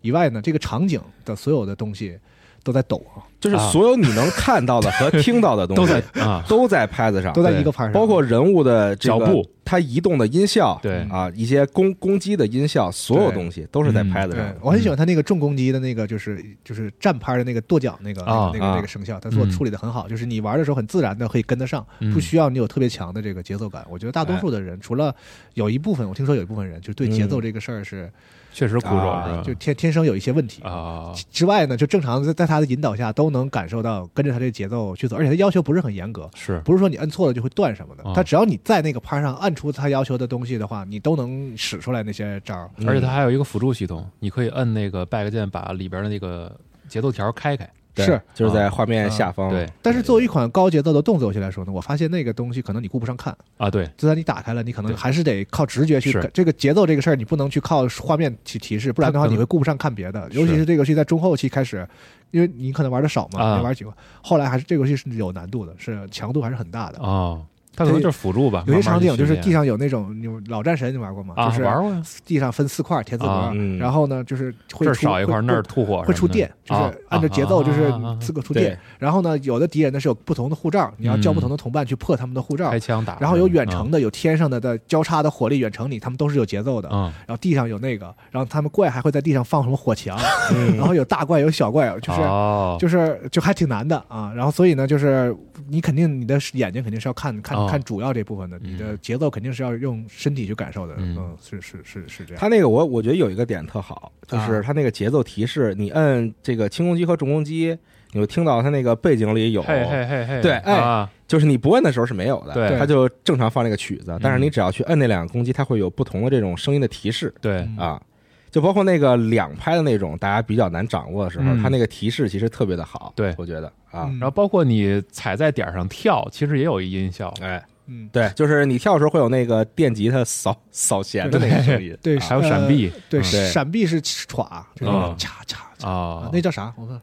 [SPEAKER 3] 以外呢，这个场景的所有的东西都在抖啊，
[SPEAKER 1] 就是所有你能看到的和听到的东西
[SPEAKER 2] 都在 啊，
[SPEAKER 1] 都在拍子上，
[SPEAKER 3] 都在一个拍儿上，
[SPEAKER 1] 包括人物的这个
[SPEAKER 2] 脚步，
[SPEAKER 1] 它移动的音效，
[SPEAKER 2] 对
[SPEAKER 1] 啊，一些攻攻击的音效，所有东西都是在拍子上
[SPEAKER 3] 对
[SPEAKER 1] 的，。
[SPEAKER 3] 我很喜欢他那个重攻击的那个，就是就是站拍的那个跺脚那个、
[SPEAKER 2] 啊
[SPEAKER 3] 那个那
[SPEAKER 1] 啊嗯
[SPEAKER 3] 个那个声效，他做处理的很好，就是你玩的时候很自然的可以跟得上，
[SPEAKER 2] 嗯
[SPEAKER 3] 不需要你有特别强的这个节奏感。我觉得大多
[SPEAKER 1] 哎
[SPEAKER 3] 数的人，除了有一部分，我听说有一部分人就对节
[SPEAKER 1] 嗯
[SPEAKER 3] 奏这个事儿是、
[SPEAKER 2] 确实枯
[SPEAKER 1] 啊
[SPEAKER 2] 燥
[SPEAKER 3] 就是天天生有一些问题。
[SPEAKER 2] 吧？啊，
[SPEAKER 3] 之外呢，就正常在在他的引导下都能感受到跟着他这节奏去走，而且他要求不是很严格，
[SPEAKER 2] 是
[SPEAKER 3] 不是说你摁错了就会断什么的
[SPEAKER 2] 啊。
[SPEAKER 3] 他只要你在那个拍上按出他要求的东西的话，你都能使出来那些招儿。
[SPEAKER 2] 而且它
[SPEAKER 1] 它
[SPEAKER 2] 还有一个辅助系统，你可以摁那个 back 键，把里边的那个节奏条开开。
[SPEAKER 3] 是
[SPEAKER 1] 就是在画面下方，
[SPEAKER 2] 对
[SPEAKER 3] 但是作为一款高节奏的动作游戏来说呢，我发现那个东西可能你顾不上看，
[SPEAKER 2] 啊，对，
[SPEAKER 3] 就算你打开了，你可能
[SPEAKER 2] 对
[SPEAKER 3] 还是得靠直觉去
[SPEAKER 2] 是。
[SPEAKER 3] 这个节奏这个事儿，你不能去靠画面去提示，不然的话
[SPEAKER 2] 它可能
[SPEAKER 3] 你会顾不上看别的。
[SPEAKER 2] 是
[SPEAKER 3] 尤其是这个游戏在中后期开始，因为你可能玩的少
[SPEAKER 2] 啊
[SPEAKER 3] 嘛，没玩几个，后来还是这个游戏是有难度的，是强度还是很大的。
[SPEAKER 2] 哦，它可能就是辅助吧。
[SPEAKER 3] 有些
[SPEAKER 2] 慢慢
[SPEAKER 3] 场
[SPEAKER 2] 地
[SPEAKER 3] 景就是
[SPEAKER 2] 训练
[SPEAKER 3] 地上有那种，你老战神你玩过吗？
[SPEAKER 2] 啊
[SPEAKER 3] 就，是
[SPEAKER 2] 玩过呀，
[SPEAKER 3] 地上分四块填字
[SPEAKER 2] 啊
[SPEAKER 3] 格
[SPEAKER 1] 嗯，
[SPEAKER 3] 然后呢就是会
[SPEAKER 2] 这儿
[SPEAKER 3] 出
[SPEAKER 2] 少一块，
[SPEAKER 3] 会
[SPEAKER 2] 那儿吐火，
[SPEAKER 3] 会出电，就是
[SPEAKER 2] 啊
[SPEAKER 3] 按照节奏，就是
[SPEAKER 2] 自
[SPEAKER 3] 刺客出
[SPEAKER 1] 对
[SPEAKER 3] 电。然后呢，有的敌人呢是有不同的护罩，你要叫不同的同伴去破他们的护罩
[SPEAKER 2] 嗯开。枪打，
[SPEAKER 3] 然后有远程
[SPEAKER 2] 的，
[SPEAKER 3] 的，有天上的的交叉的火力远程你，他们都是有节奏的。
[SPEAKER 2] 嗯，
[SPEAKER 3] 然后地上有那个，然后他们怪还会在地上放什么火墙， 然后有大怪有小怪，就
[SPEAKER 2] 嗯
[SPEAKER 3] 是。
[SPEAKER 2] 哦
[SPEAKER 3] 就是就还挺难的啊，然后所以呢，就是你肯定你的眼睛肯定是要看看
[SPEAKER 2] 哦哦
[SPEAKER 3] 看主要这部分的，你的节奏肯定是要用身体去感受的。
[SPEAKER 2] 嗯
[SPEAKER 3] 嗯，是是是是这样。
[SPEAKER 1] 他那个我我觉得有一个点特好，就是
[SPEAKER 3] 啊
[SPEAKER 1] 他那个节奏提示，你摁这个轻攻击和重攻击，你会听到他那个背景里有，
[SPEAKER 2] 嘿嘿嘿嘿，
[SPEAKER 1] 对哎
[SPEAKER 2] 啊，
[SPEAKER 1] 就是你不摁的时候是没有的，
[SPEAKER 2] 对嗯
[SPEAKER 1] 他就正常放那个曲子，但是你只要去摁那两个攻击，它会有不同的这种声音的提示
[SPEAKER 2] 对，
[SPEAKER 3] 嗯
[SPEAKER 1] 啊。就包括那个两拍的那种，大家比较难掌握的时候，
[SPEAKER 2] 嗯
[SPEAKER 1] 他那个提示其实特别的好，
[SPEAKER 2] 对嗯
[SPEAKER 1] 我觉得
[SPEAKER 3] 嗯
[SPEAKER 1] 啊，
[SPEAKER 2] 然后包括你踩在点儿上跳，其实也有一音效，
[SPEAKER 1] 哎，
[SPEAKER 3] 嗯，
[SPEAKER 1] 对，就是你跳的时候会有那个电吉他扫扫弦的那个声音，
[SPEAKER 3] 对
[SPEAKER 1] 啊
[SPEAKER 2] 还有闪避
[SPEAKER 1] 嗯
[SPEAKER 3] 对，
[SPEAKER 1] 对
[SPEAKER 3] 闪避是歘，这
[SPEAKER 2] 啊
[SPEAKER 3] 种嚓嚓嚓，
[SPEAKER 2] 啊，
[SPEAKER 3] 那叫啥？我看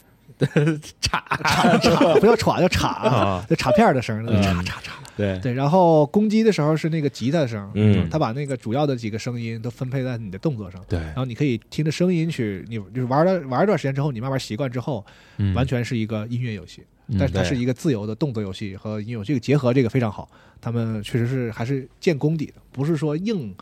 [SPEAKER 1] 叉，
[SPEAKER 3] 嚓嚓， 不叫歘，叫嚓，
[SPEAKER 2] 啊，
[SPEAKER 3] 就镲片儿的声儿，
[SPEAKER 2] 嗯
[SPEAKER 3] 嚓嚓嚓。
[SPEAKER 1] 对，
[SPEAKER 3] 对，然后攻击的时候是那个吉他声，
[SPEAKER 1] 嗯
[SPEAKER 3] 他把那个主要的几个声音都分配在你的动作上，
[SPEAKER 2] 对，
[SPEAKER 3] 然后你可以听着声音去，你就是玩了玩一段时间之后，你慢慢习惯之后，
[SPEAKER 2] 嗯
[SPEAKER 3] 完全是一个音乐游戏，
[SPEAKER 2] 嗯
[SPEAKER 3] 但是它
[SPEAKER 1] 对
[SPEAKER 3] 是一个自由的动作游戏和音乐游戏这个结合，这个非常好。他们确实是还是建功底的，不是说硬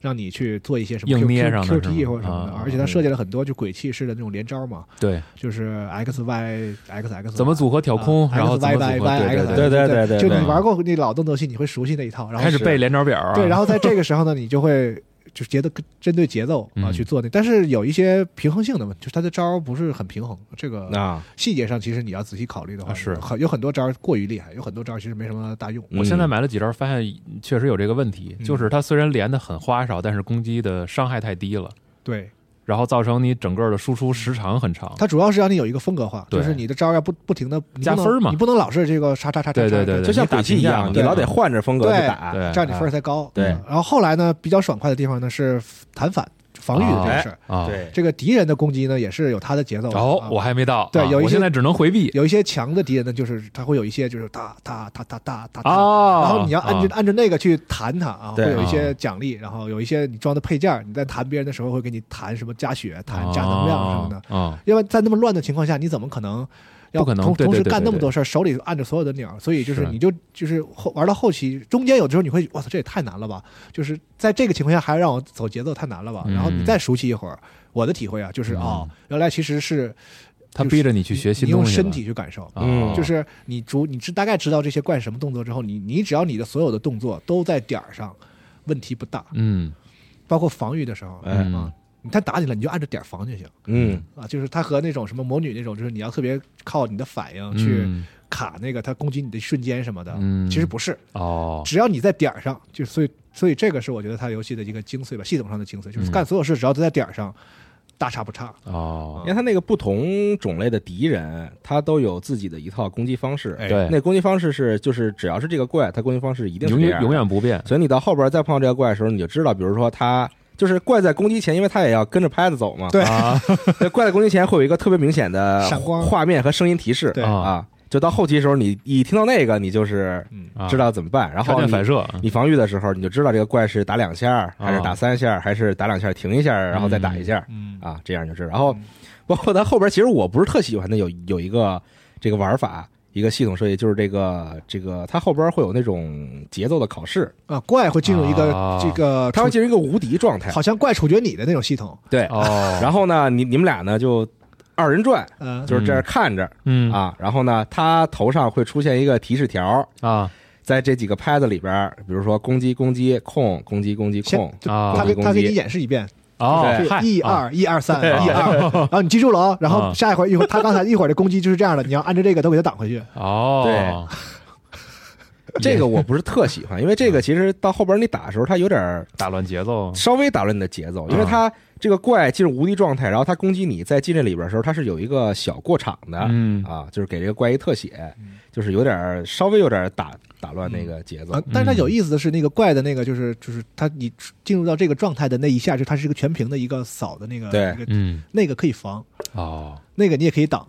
[SPEAKER 3] 让你去做一些什么 Q,
[SPEAKER 2] 硬捏上的
[SPEAKER 3] Q
[SPEAKER 2] 是
[SPEAKER 3] T
[SPEAKER 2] 吗
[SPEAKER 3] 或者什么的，
[SPEAKER 2] 啊
[SPEAKER 3] 而且它设计了很多就鬼泣式的那种连招嘛，
[SPEAKER 2] 对，
[SPEAKER 3] 就是 X Y X X
[SPEAKER 2] 怎么组合挑空，然后怎
[SPEAKER 3] Y
[SPEAKER 2] 么
[SPEAKER 3] Y
[SPEAKER 2] 组合，
[SPEAKER 3] Y
[SPEAKER 2] 对
[SPEAKER 3] X
[SPEAKER 1] 对
[SPEAKER 3] X
[SPEAKER 1] 对对对
[SPEAKER 3] 就
[SPEAKER 1] 对
[SPEAKER 3] 你玩过那老动作游戏，你会熟悉那一套，然后
[SPEAKER 2] 开始背连招表啊，
[SPEAKER 3] 对，然后在 这个时候呢，你就会就是节奏针对节奏啊
[SPEAKER 2] 嗯
[SPEAKER 3] 去做那，但是有一些平衡性的问题，就是他的招儿不是很平衡。这个
[SPEAKER 1] 啊，
[SPEAKER 3] 细节上，其实你要仔细考虑的话，
[SPEAKER 2] 啊是
[SPEAKER 3] 很有很多招儿过于厉害，有很多招儿其实没什么大用。
[SPEAKER 2] 我现
[SPEAKER 1] 嗯
[SPEAKER 2] 在买了几招，发现确实有这个问题，
[SPEAKER 3] 嗯
[SPEAKER 2] 就是它虽然连的很花哨，但是攻击的伤害太低了，
[SPEAKER 3] 对，
[SPEAKER 2] 然后造成你整个的输出时长很长。
[SPEAKER 3] 它主要是让你有一个风格化，
[SPEAKER 2] 哦对
[SPEAKER 3] 就是你的招儿要不不停的
[SPEAKER 2] 加分儿嘛
[SPEAKER 3] 你不能老是这个叉叉叉叉
[SPEAKER 2] 对
[SPEAKER 3] 叉，
[SPEAKER 2] 对对
[SPEAKER 1] 就像打棋一样，你
[SPEAKER 2] 对啊
[SPEAKER 1] 老得换着风格去打，啊
[SPEAKER 2] 对
[SPEAKER 3] 这样你分儿才高。
[SPEAKER 1] 对
[SPEAKER 3] 嗯然后后来呢，比较爽快的地方呢是弹反防御的这个事儿。
[SPEAKER 2] 啊，
[SPEAKER 1] 对
[SPEAKER 3] 这个敌人的攻击呢，也是有他的节奏的。
[SPEAKER 2] 哦
[SPEAKER 3] 啊，
[SPEAKER 2] 我还没到，
[SPEAKER 3] 对
[SPEAKER 2] 啊
[SPEAKER 3] 有一
[SPEAKER 2] 我
[SPEAKER 3] 些
[SPEAKER 2] 现在只能回避
[SPEAKER 3] 有一些强的敌人呢，就是他会有一些就是哒哒哒哒哒哒哒，
[SPEAKER 2] 啊，
[SPEAKER 3] 然后你要按着
[SPEAKER 2] 啊
[SPEAKER 3] 按着那个去弹它啊，会
[SPEAKER 1] 对
[SPEAKER 3] 有一些奖励，然后有一些你装的配件儿，你在弹别人的时候会给你弹什么加血、弹加能量什么的，
[SPEAKER 2] 啊啊，
[SPEAKER 3] 因为在那么乱的情况下，你怎么可能？要
[SPEAKER 2] 不可能
[SPEAKER 3] 同
[SPEAKER 2] 对
[SPEAKER 3] 同时
[SPEAKER 2] 对对
[SPEAKER 3] 干
[SPEAKER 2] 对
[SPEAKER 3] 那么
[SPEAKER 2] 对
[SPEAKER 3] 多事儿，手里按着所有的钮儿，所以就是
[SPEAKER 2] 是
[SPEAKER 3] 你就就是后玩到后期，中间有的时候你会，我操，这也太难了吧！就是在这个情况下还让我走节奏，太难了吧？
[SPEAKER 2] 嗯
[SPEAKER 3] 然后你再熟悉一会儿，我的体会啊，就是
[SPEAKER 2] 嗯
[SPEAKER 3] 哦，原来其实是
[SPEAKER 2] 他逼着你去学新
[SPEAKER 3] 你用
[SPEAKER 2] 东西了，
[SPEAKER 3] 身体去感受，
[SPEAKER 2] 啊，
[SPEAKER 1] 嗯
[SPEAKER 3] 就是你主你知大概知道这些怪什么动作之后，你你只要你的所有的动作都在点儿上，问题不大，
[SPEAKER 2] 嗯
[SPEAKER 3] 包括防御的时候，
[SPEAKER 1] 哎
[SPEAKER 2] 嗯
[SPEAKER 3] 他打你了你就按着点儿防就行
[SPEAKER 1] 嗯，
[SPEAKER 3] 啊。就是他和那种什么魔女那种，就是你要特别靠你的反应去
[SPEAKER 2] 嗯
[SPEAKER 3] 卡那个他攻击你的瞬间什么的，
[SPEAKER 2] 嗯
[SPEAKER 3] 其实不是，
[SPEAKER 2] 哦，
[SPEAKER 3] 只要你在点儿上，就所以所以这个是我觉得他游戏的一个精髓吧，系统上的精髓，就是
[SPEAKER 2] 嗯
[SPEAKER 3] 干所有事只要都在点儿上，大差不差。
[SPEAKER 2] 哦
[SPEAKER 1] 因为，他那个不同种类的敌人，他都有自己的一套攻击方式。
[SPEAKER 3] 哎
[SPEAKER 2] 对，
[SPEAKER 1] 那攻击方式是，就是只要是这个怪，他攻击方式一定是
[SPEAKER 2] 永
[SPEAKER 1] 这
[SPEAKER 2] 远
[SPEAKER 1] 样
[SPEAKER 2] 永。远不变，
[SPEAKER 1] 所以你到后边再碰到这个怪的时候，你就知道，比如说他就是怪在攻击前，因为他也要跟着拍子走嘛。
[SPEAKER 3] 对
[SPEAKER 2] 啊，
[SPEAKER 1] 对，怪在攻击前会有一个特别明显的
[SPEAKER 3] 闪光
[SPEAKER 1] 画面和声音提示。
[SPEAKER 3] 对
[SPEAKER 1] 啊，就到后期的时候，你一听到那个，你就是
[SPEAKER 3] 嗯，
[SPEAKER 2] 啊
[SPEAKER 1] 知道怎么办。然
[SPEAKER 2] 条
[SPEAKER 1] 后
[SPEAKER 2] 件
[SPEAKER 1] 你
[SPEAKER 2] 反射，
[SPEAKER 1] 你防御的时候，你就知道这个怪是打两下，还
[SPEAKER 2] 啊
[SPEAKER 1] 是打三下，还是打两下停一下，然后再打一下。
[SPEAKER 3] 嗯
[SPEAKER 1] 啊，这样就是。然后包括它后边，其实我不是特喜欢的有有一个这个玩法，一个系统设计，就是这个这个它后边会有那种节奏的考试，
[SPEAKER 3] 啊，怪会进入一个、
[SPEAKER 2] 啊
[SPEAKER 3] 这个
[SPEAKER 1] 它会进入一个无敌状态。
[SPEAKER 3] 好像怪处决你的那种系统，
[SPEAKER 1] 对，
[SPEAKER 2] 哦，
[SPEAKER 1] 然后呢，你你们俩呢就二人转，
[SPEAKER 3] 嗯、
[SPEAKER 1] 就是这样看着、
[SPEAKER 2] 嗯
[SPEAKER 1] 啊。然后呢，他头上会出现一个提示条。
[SPEAKER 2] 啊
[SPEAKER 1] 在这几个拍子里边儿，比如说攻击、攻击、控、攻击、攻击、
[SPEAKER 3] 先
[SPEAKER 1] 控，
[SPEAKER 3] 就
[SPEAKER 2] 啊
[SPEAKER 3] 他给
[SPEAKER 1] 攻击
[SPEAKER 3] 他给
[SPEAKER 1] 攻
[SPEAKER 3] 你
[SPEAKER 1] 击
[SPEAKER 3] 演示一遍，
[SPEAKER 2] 哦
[SPEAKER 3] 就，
[SPEAKER 2] 嗨
[SPEAKER 3] 是一
[SPEAKER 2] 啊
[SPEAKER 3] 二一二三
[SPEAKER 2] 对
[SPEAKER 3] 一二，然后你记住了哦，然后
[SPEAKER 2] 啊
[SPEAKER 3] 下一回一会儿他刚才一会儿的攻击就是这样的，你要按照这个都给他挡回去。
[SPEAKER 2] 哦，
[SPEAKER 1] 这个我不是特喜欢，因为这个其实到后边你打的时候，它有点儿
[SPEAKER 2] 打乱节奏，
[SPEAKER 1] 稍微打乱你的节奏，因为它这个怪进入无敌状态，然后它攻击你，在进这里边的时候，它是有一个小过场的、
[SPEAKER 2] 嗯
[SPEAKER 1] 啊，就是给这个怪一特写，就是有点儿稍微有点儿打打乱那个节奏。
[SPEAKER 3] 啊，但是它有意思的是，那个怪的那个就是就是他你进入到这个状态的那一下，就它是一个全屏的一个扫的那个，
[SPEAKER 1] 对
[SPEAKER 3] 一个
[SPEAKER 2] 嗯，
[SPEAKER 3] 那个可以防，
[SPEAKER 2] 哦，
[SPEAKER 3] 那个你也可以挡，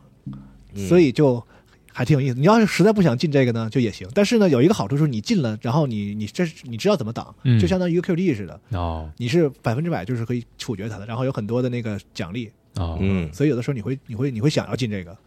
[SPEAKER 1] 嗯
[SPEAKER 3] 所以就还挺有意思。你要是实在不想进这个呢，就也行。但是呢，有一个好处就是你进了，然后你你这你知道怎么挡
[SPEAKER 2] 嗯，
[SPEAKER 3] 就相当于一个 QD 似的，
[SPEAKER 2] 哦，
[SPEAKER 3] 你是百分之百就是可以处决他的，然后有很多的那个奖励，
[SPEAKER 2] 哦，
[SPEAKER 1] 嗯，
[SPEAKER 3] 所以有的时候你会你会你会想要进这个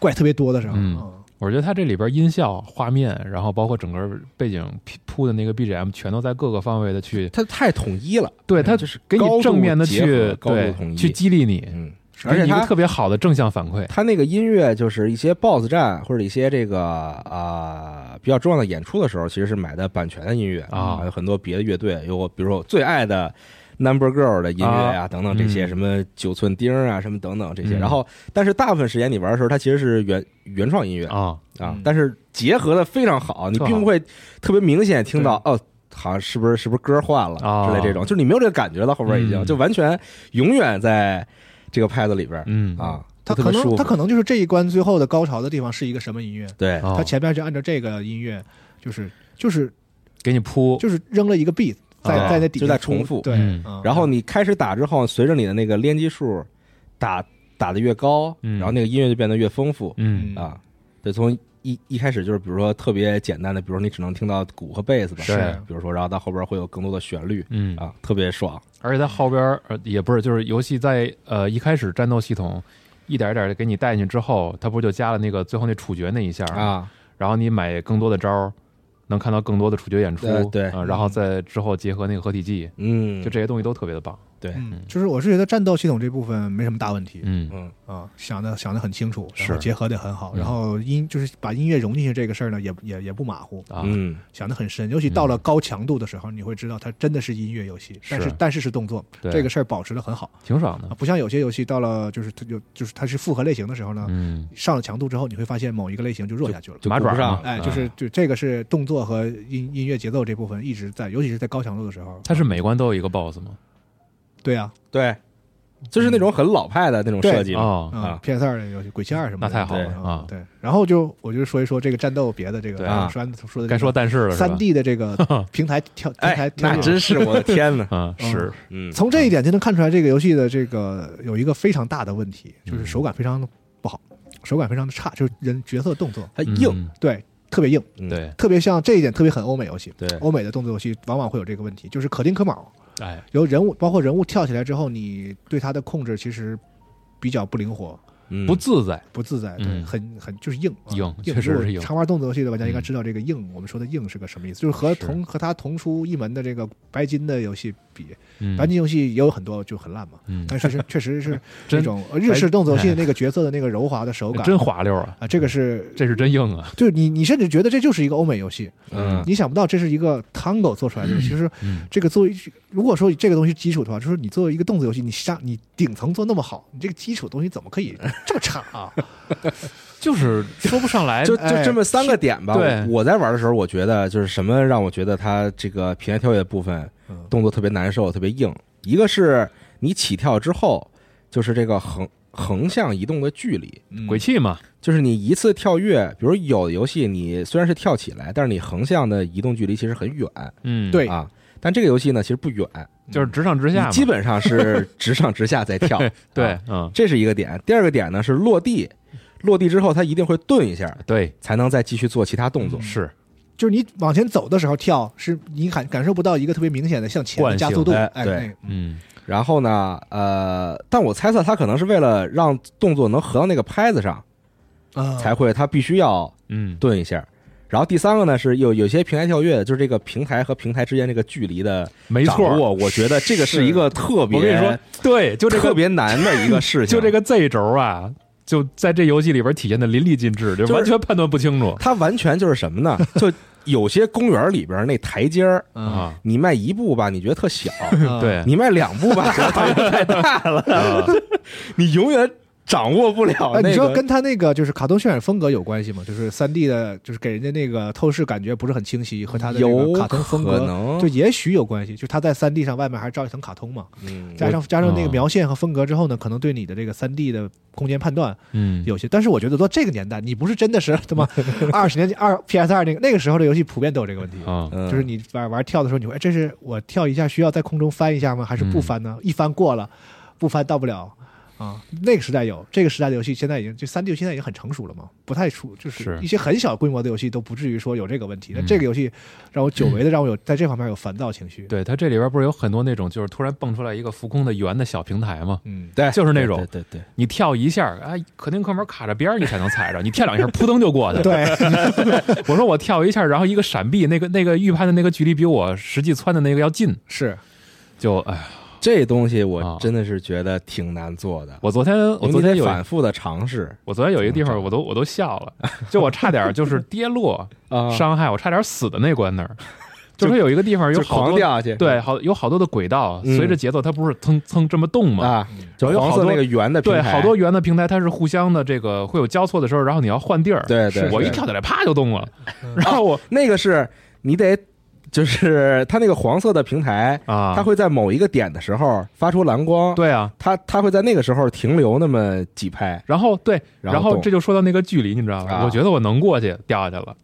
[SPEAKER 3] 怪特别多的时候，
[SPEAKER 2] 嗯
[SPEAKER 3] 嗯
[SPEAKER 2] 我觉得它这里边音效、画面，然后包括整个背景铺铺的那个 BGM，全都在各个方位的去，
[SPEAKER 1] 它太统一了，
[SPEAKER 2] 对它
[SPEAKER 1] 就是
[SPEAKER 2] 给
[SPEAKER 1] 高度
[SPEAKER 2] 你正面的
[SPEAKER 1] 结合
[SPEAKER 2] 去
[SPEAKER 1] 高度
[SPEAKER 2] 对
[SPEAKER 1] 统一
[SPEAKER 2] 去激励你，
[SPEAKER 1] 嗯，而且
[SPEAKER 2] 给你一
[SPEAKER 1] 它
[SPEAKER 2] 个特别好的正向反馈。
[SPEAKER 1] 它那个音乐就是一些 BOSS 战或者一些这个啊、呃比较重要的演出的时候，其实是买的版权的音乐
[SPEAKER 2] 啊
[SPEAKER 1] 有很多别的乐队有我比如说我最爱的 Number Girl 的音乐啊等等这些
[SPEAKER 2] 嗯
[SPEAKER 1] 什么九寸钉啊什么等等这些，
[SPEAKER 2] 嗯
[SPEAKER 1] 然后但是大部分时间你玩的时候，它其实是原原创音乐
[SPEAKER 2] 啊，
[SPEAKER 1] 啊
[SPEAKER 3] 嗯，
[SPEAKER 1] 但是结合的非常好，你
[SPEAKER 2] 特好
[SPEAKER 1] 并不会特别明显听到哦。好像是不是是不是歌换了
[SPEAKER 2] 啊
[SPEAKER 1] 之类这种，就是你没有这个感觉了，后边已经
[SPEAKER 2] 嗯
[SPEAKER 1] 就完全永远在这个拍子里边
[SPEAKER 2] 嗯，
[SPEAKER 1] 啊，
[SPEAKER 3] 他
[SPEAKER 1] 特
[SPEAKER 3] 可
[SPEAKER 1] 别舒
[SPEAKER 3] 能
[SPEAKER 1] 服
[SPEAKER 3] 他可能就是这一关最后的高潮的地方是一个什么音乐，
[SPEAKER 1] 对
[SPEAKER 2] 哦
[SPEAKER 3] 他前面就按照这个音乐，就是就是
[SPEAKER 2] 给你铺，
[SPEAKER 3] 就是扔了一个 beat 在
[SPEAKER 2] 啊
[SPEAKER 3] 在那底
[SPEAKER 1] 就
[SPEAKER 3] 下
[SPEAKER 1] 在重复
[SPEAKER 3] 对
[SPEAKER 2] 嗯，
[SPEAKER 3] 嗯
[SPEAKER 1] 然后你开始打之后，随着你的那个连击数打打的越高，
[SPEAKER 2] 嗯
[SPEAKER 1] 然后那个音乐就变得越丰富
[SPEAKER 2] 嗯，
[SPEAKER 1] 啊。对，从一一开始就是比如说特别简单的，比如说你只能听到鼓和贝斯吧，
[SPEAKER 2] 是
[SPEAKER 1] 比如说，然后到后边会有更多的旋律
[SPEAKER 2] 嗯，
[SPEAKER 1] 啊，特别爽。
[SPEAKER 2] 而且它后边儿呃也不是，就是游戏在呃一开始战斗系统一点一点的给你带进去之后，它不就加了那个最后那处决那一下儿，
[SPEAKER 1] 啊，
[SPEAKER 2] 然后你买更多的招儿，能看到更多的处决演出
[SPEAKER 1] 对，对
[SPEAKER 2] 啊然后再之后结合那个合体技，
[SPEAKER 1] 嗯，
[SPEAKER 2] 就这些东西都特别的棒，
[SPEAKER 1] 对，
[SPEAKER 3] 嗯，就是我是觉得战斗系统这部分没什么大问题
[SPEAKER 2] 嗯
[SPEAKER 1] 嗯
[SPEAKER 3] 啊，想的想的很清楚，然后
[SPEAKER 2] 是
[SPEAKER 3] 结合的很好，
[SPEAKER 2] 嗯
[SPEAKER 3] 然后音就是把音乐融进去这个事儿呢，也也也不马虎，
[SPEAKER 2] 啊，
[SPEAKER 1] 嗯，
[SPEAKER 3] 想的很深，尤其到了高强度的时候，你会知道它真的是音乐游戏，但是
[SPEAKER 2] 是
[SPEAKER 3] 但是是动作，
[SPEAKER 2] 对嗯
[SPEAKER 3] 这个事儿保持的很好
[SPEAKER 2] 挺爽
[SPEAKER 3] 啊，
[SPEAKER 2] 的，
[SPEAKER 3] 不像有些游戏到了就是它有就是它是复合类型的时候呢，
[SPEAKER 2] 嗯，
[SPEAKER 3] 上了强度之后，你会发现某一个类型就弱下去了。
[SPEAKER 1] 就
[SPEAKER 2] 马爪
[SPEAKER 1] 顾
[SPEAKER 2] 儿
[SPEAKER 1] 不上
[SPEAKER 2] 嘛
[SPEAKER 3] 哎，
[SPEAKER 2] 啊
[SPEAKER 3] 就是就这个是动作和音音乐节奏这部分一直在，尤其是在高强度的时候。
[SPEAKER 2] 它是每关都有一个 BOSS 吗？
[SPEAKER 3] 对啊，
[SPEAKER 1] 对，就是那种很老派的那种
[SPEAKER 3] 对
[SPEAKER 1] 设计嘛，
[SPEAKER 2] 哦，
[SPEAKER 3] 嗯
[SPEAKER 1] 啊
[SPEAKER 3] ，PS 二的游戏《鬼泣二》什么
[SPEAKER 2] 那
[SPEAKER 3] 的，
[SPEAKER 2] 太好
[SPEAKER 1] 了
[SPEAKER 3] 对嗯
[SPEAKER 2] 啊
[SPEAKER 3] 对，然后就我就说一说这个战斗别的这个，
[SPEAKER 2] 对
[SPEAKER 1] 啊
[SPEAKER 3] 说完说的
[SPEAKER 2] 该说但是了，是吧，
[SPEAKER 3] 三 D 的这个平台跳平台
[SPEAKER 1] 哎，
[SPEAKER 3] 跳跃，
[SPEAKER 1] 那真是我的天呐
[SPEAKER 2] 啊，是，
[SPEAKER 1] 嗯，
[SPEAKER 3] 从这一点就能看出来，这个游戏的这个有一个非常大的问题，就是
[SPEAKER 2] 嗯
[SPEAKER 3] 手感非常的不好，手感非常的差，就是人角色动作
[SPEAKER 1] 它硬，
[SPEAKER 2] 嗯，
[SPEAKER 3] 对特别硬，
[SPEAKER 1] 嗯，
[SPEAKER 2] 对，
[SPEAKER 3] 特别像这一点特别很欧美游戏，
[SPEAKER 1] 对
[SPEAKER 3] 欧美的动作游戏往往会有这个问题，就是可丁可卯，
[SPEAKER 2] 哎，
[SPEAKER 3] 由人物包括人物跳起来之后，你对它的控制其实比较不灵活、
[SPEAKER 1] 嗯
[SPEAKER 2] 不自在，
[SPEAKER 3] 不自在，对，
[SPEAKER 2] 嗯
[SPEAKER 3] 很很就是硬，啊
[SPEAKER 2] 硬
[SPEAKER 3] 硬，
[SPEAKER 2] 确实
[SPEAKER 3] 如果
[SPEAKER 2] 是硬嗯
[SPEAKER 3] 常玩动作游戏的玩家应该知道这个硬，我们说的硬是个什么意思，就是和
[SPEAKER 2] 是
[SPEAKER 3] 同和它同出一门的这个白金的游戏比，
[SPEAKER 2] 嗯
[SPEAKER 3] 白金游戏也有很多就很烂嘛，
[SPEAKER 2] 嗯，
[SPEAKER 3] 但是是确实是
[SPEAKER 2] 真哎
[SPEAKER 3] 这种呃日式动 作游戏的那个角色的那个柔滑的手感。
[SPEAKER 2] 真滑溜啊，
[SPEAKER 3] 啊，这个是，
[SPEAKER 2] 这是真硬啊，
[SPEAKER 3] 就是你，你甚至觉得这就是一个欧美游戏，
[SPEAKER 1] 嗯
[SPEAKER 3] 你想不到这是一个 Tango 做出来的游戏。就是
[SPEAKER 2] 嗯
[SPEAKER 3] 这个作为，如果说这个东西基础的话，就是你作为一个动作游戏，你上你顶层做那么好，你这个基础东西怎么可以这么 差啊？
[SPEAKER 2] 就是说不上来，
[SPEAKER 1] 就
[SPEAKER 3] 哎
[SPEAKER 1] 就这么三个点吧。
[SPEAKER 2] 对
[SPEAKER 1] 我我在玩的时候，我觉得就是什么让我觉得它这个平台跳跃部分
[SPEAKER 3] 嗯
[SPEAKER 1] 动作特别难受、特别硬。一个是你起跳之后，就是这个横横向移动的距离，
[SPEAKER 2] 鬼泣嘛，
[SPEAKER 1] 就是你一次跳跃，比如有的游戏你虽然是跳起来，但是你横向的移动距离其实很远
[SPEAKER 2] 嗯，
[SPEAKER 3] 对
[SPEAKER 1] 啊。但这个游戏呢，其实不远，
[SPEAKER 2] 就是直上直
[SPEAKER 1] 你
[SPEAKER 2] 下嘛，。
[SPEAKER 1] 基本上是直上直下在跳
[SPEAKER 2] 对
[SPEAKER 1] 啊，
[SPEAKER 2] 嗯，
[SPEAKER 1] 这是一个点。第二个点呢是落地，落地之后它一定会顿一下，
[SPEAKER 2] 对，
[SPEAKER 1] 才能再继续做其他动作。
[SPEAKER 2] 是
[SPEAKER 3] 就是你往前走的时候跳，是你感感受不到一个特别明显的向前的加速度。
[SPEAKER 1] 惯性
[SPEAKER 3] 哎，
[SPEAKER 1] 对
[SPEAKER 3] 那个
[SPEAKER 2] 嗯，
[SPEAKER 1] 然后呢，呃，但我猜测他可能是为了让动作能合到那个拍子上，
[SPEAKER 3] 啊，
[SPEAKER 1] 才会他必须要
[SPEAKER 2] 嗯，
[SPEAKER 1] 顿一下。然后第三个呢是有有些平台跳跃，就是这个平台和平台之间这个距离的
[SPEAKER 2] 没
[SPEAKER 1] 掌
[SPEAKER 2] 错，
[SPEAKER 1] 握，我觉得这个是一个特别
[SPEAKER 2] 我跟你说，对，就这
[SPEAKER 1] 特
[SPEAKER 2] 个
[SPEAKER 1] 别难的一个事情，
[SPEAKER 2] 就这。个 Z 轴啊，就在这游戏里边体现的淋漓尽致，就
[SPEAKER 1] 就是
[SPEAKER 2] 完全判断不清楚
[SPEAKER 1] 它完全就是什么呢？就有些公园里边那台阶儿，
[SPEAKER 3] 啊，
[SPEAKER 2] 啊，
[SPEAKER 1] 你迈一步吧，你觉得特小；
[SPEAKER 2] 对，
[SPEAKER 1] 你迈两步吧，觉得好像太大了，
[SPEAKER 2] 啊
[SPEAKER 1] 你永远掌握不了那
[SPEAKER 3] 哎，
[SPEAKER 1] 个。
[SPEAKER 3] 你说跟他那个就是卡通渲染风格有关系吗？就是三 D 的，就是给人家那个透视感觉不是很清晰，和他的这
[SPEAKER 1] 有
[SPEAKER 3] 个卡通风
[SPEAKER 1] 可
[SPEAKER 3] 格，
[SPEAKER 1] 能
[SPEAKER 3] 就也许有关系。就他在三 D 上外面还照一层卡通嘛，
[SPEAKER 1] 嗯
[SPEAKER 3] 加上加上那个
[SPEAKER 2] 嗯
[SPEAKER 3] 描线和风格之后呢，可能对你的这个三 D 的空间判断
[SPEAKER 2] 嗯，
[SPEAKER 3] 有些。但是我觉得到这个年代，你不是真的是 他妈二十年前二 PS 二那个那个时候的游戏普遍都有这个问题。
[SPEAKER 2] 啊，
[SPEAKER 1] 嗯
[SPEAKER 3] 就是你玩玩跳的时候，你会哎，这是我跳一下需要在空中翻一下吗？还是不翻
[SPEAKER 2] 嗯
[SPEAKER 3] 呢？一翻过了，不翻到不了啊。那个时代有，这个时代的游戏现在已经就三 D 游戏现在已经很成熟了嘛，不太出就是
[SPEAKER 2] 是
[SPEAKER 3] 一些很小规模的游戏都不至于说有这个问题。那
[SPEAKER 2] 嗯
[SPEAKER 3] 这个游戏让我久违的让我有在这方面有烦躁情绪。
[SPEAKER 2] 对，它这里边不是有很多那种就是突然蹦出来一个浮空的圆的小平台吗？
[SPEAKER 3] 嗯，
[SPEAKER 1] 对，
[SPEAKER 2] 就是那种
[SPEAKER 1] 对对
[SPEAKER 2] 你跳一下，哎，可丁可卯卡着边儿，你才能踩着。你跳两下，扑腾就过 去了。
[SPEAKER 3] 对，
[SPEAKER 2] 我说我跳一下，然后一个闪避，那个那个预判的那个距离比我实际窜的那个要近，
[SPEAKER 3] 是
[SPEAKER 2] 就哎呀，
[SPEAKER 1] 这东西
[SPEAKER 2] 啊
[SPEAKER 1] 我真的是觉得挺难做的，
[SPEAKER 2] 我昨天我
[SPEAKER 1] 你
[SPEAKER 2] 昨天
[SPEAKER 1] 得
[SPEAKER 2] 有一
[SPEAKER 1] 反复的尝试
[SPEAKER 2] 我昨天有一个地
[SPEAKER 1] 怎
[SPEAKER 2] 方
[SPEAKER 1] 么
[SPEAKER 2] 我都我都笑了，就我差点就是跌落
[SPEAKER 1] 啊，
[SPEAKER 2] 伤害，我差点死的那关 那儿，就是它有一个地方有
[SPEAKER 1] 就
[SPEAKER 2] 好
[SPEAKER 1] 狂
[SPEAKER 2] 多
[SPEAKER 1] 掉下去，
[SPEAKER 2] 对好有好多的轨道，
[SPEAKER 1] 嗯
[SPEAKER 2] 随着节奏它不是蹭蹭这么动吗？
[SPEAKER 1] 啊，就
[SPEAKER 2] 然后有
[SPEAKER 1] 黄
[SPEAKER 2] 好
[SPEAKER 1] 色
[SPEAKER 2] 多
[SPEAKER 1] 那个圆的平
[SPEAKER 2] 对，
[SPEAKER 1] 台，
[SPEAKER 2] 好多圆的平台它是互相的，这个会有交错的时候，然后你要换地儿。
[SPEAKER 1] 对对
[SPEAKER 3] 是
[SPEAKER 2] 我一
[SPEAKER 1] 对
[SPEAKER 2] 跳起来，啪就动了，然后我
[SPEAKER 1] 那个是你得就是 它那个黄色的平台，
[SPEAKER 2] 啊，
[SPEAKER 1] 它会在某一个点的时候发出蓝光，
[SPEAKER 2] 对啊，
[SPEAKER 1] 它它会在那个时候停留那么几拍，
[SPEAKER 2] 然后对，
[SPEAKER 1] 然
[SPEAKER 2] 然
[SPEAKER 1] 后
[SPEAKER 2] 后
[SPEAKER 1] 动
[SPEAKER 2] 这就说到那个距离，你知道吗？
[SPEAKER 1] 啊
[SPEAKER 2] 我觉得我能过去，掉下去了。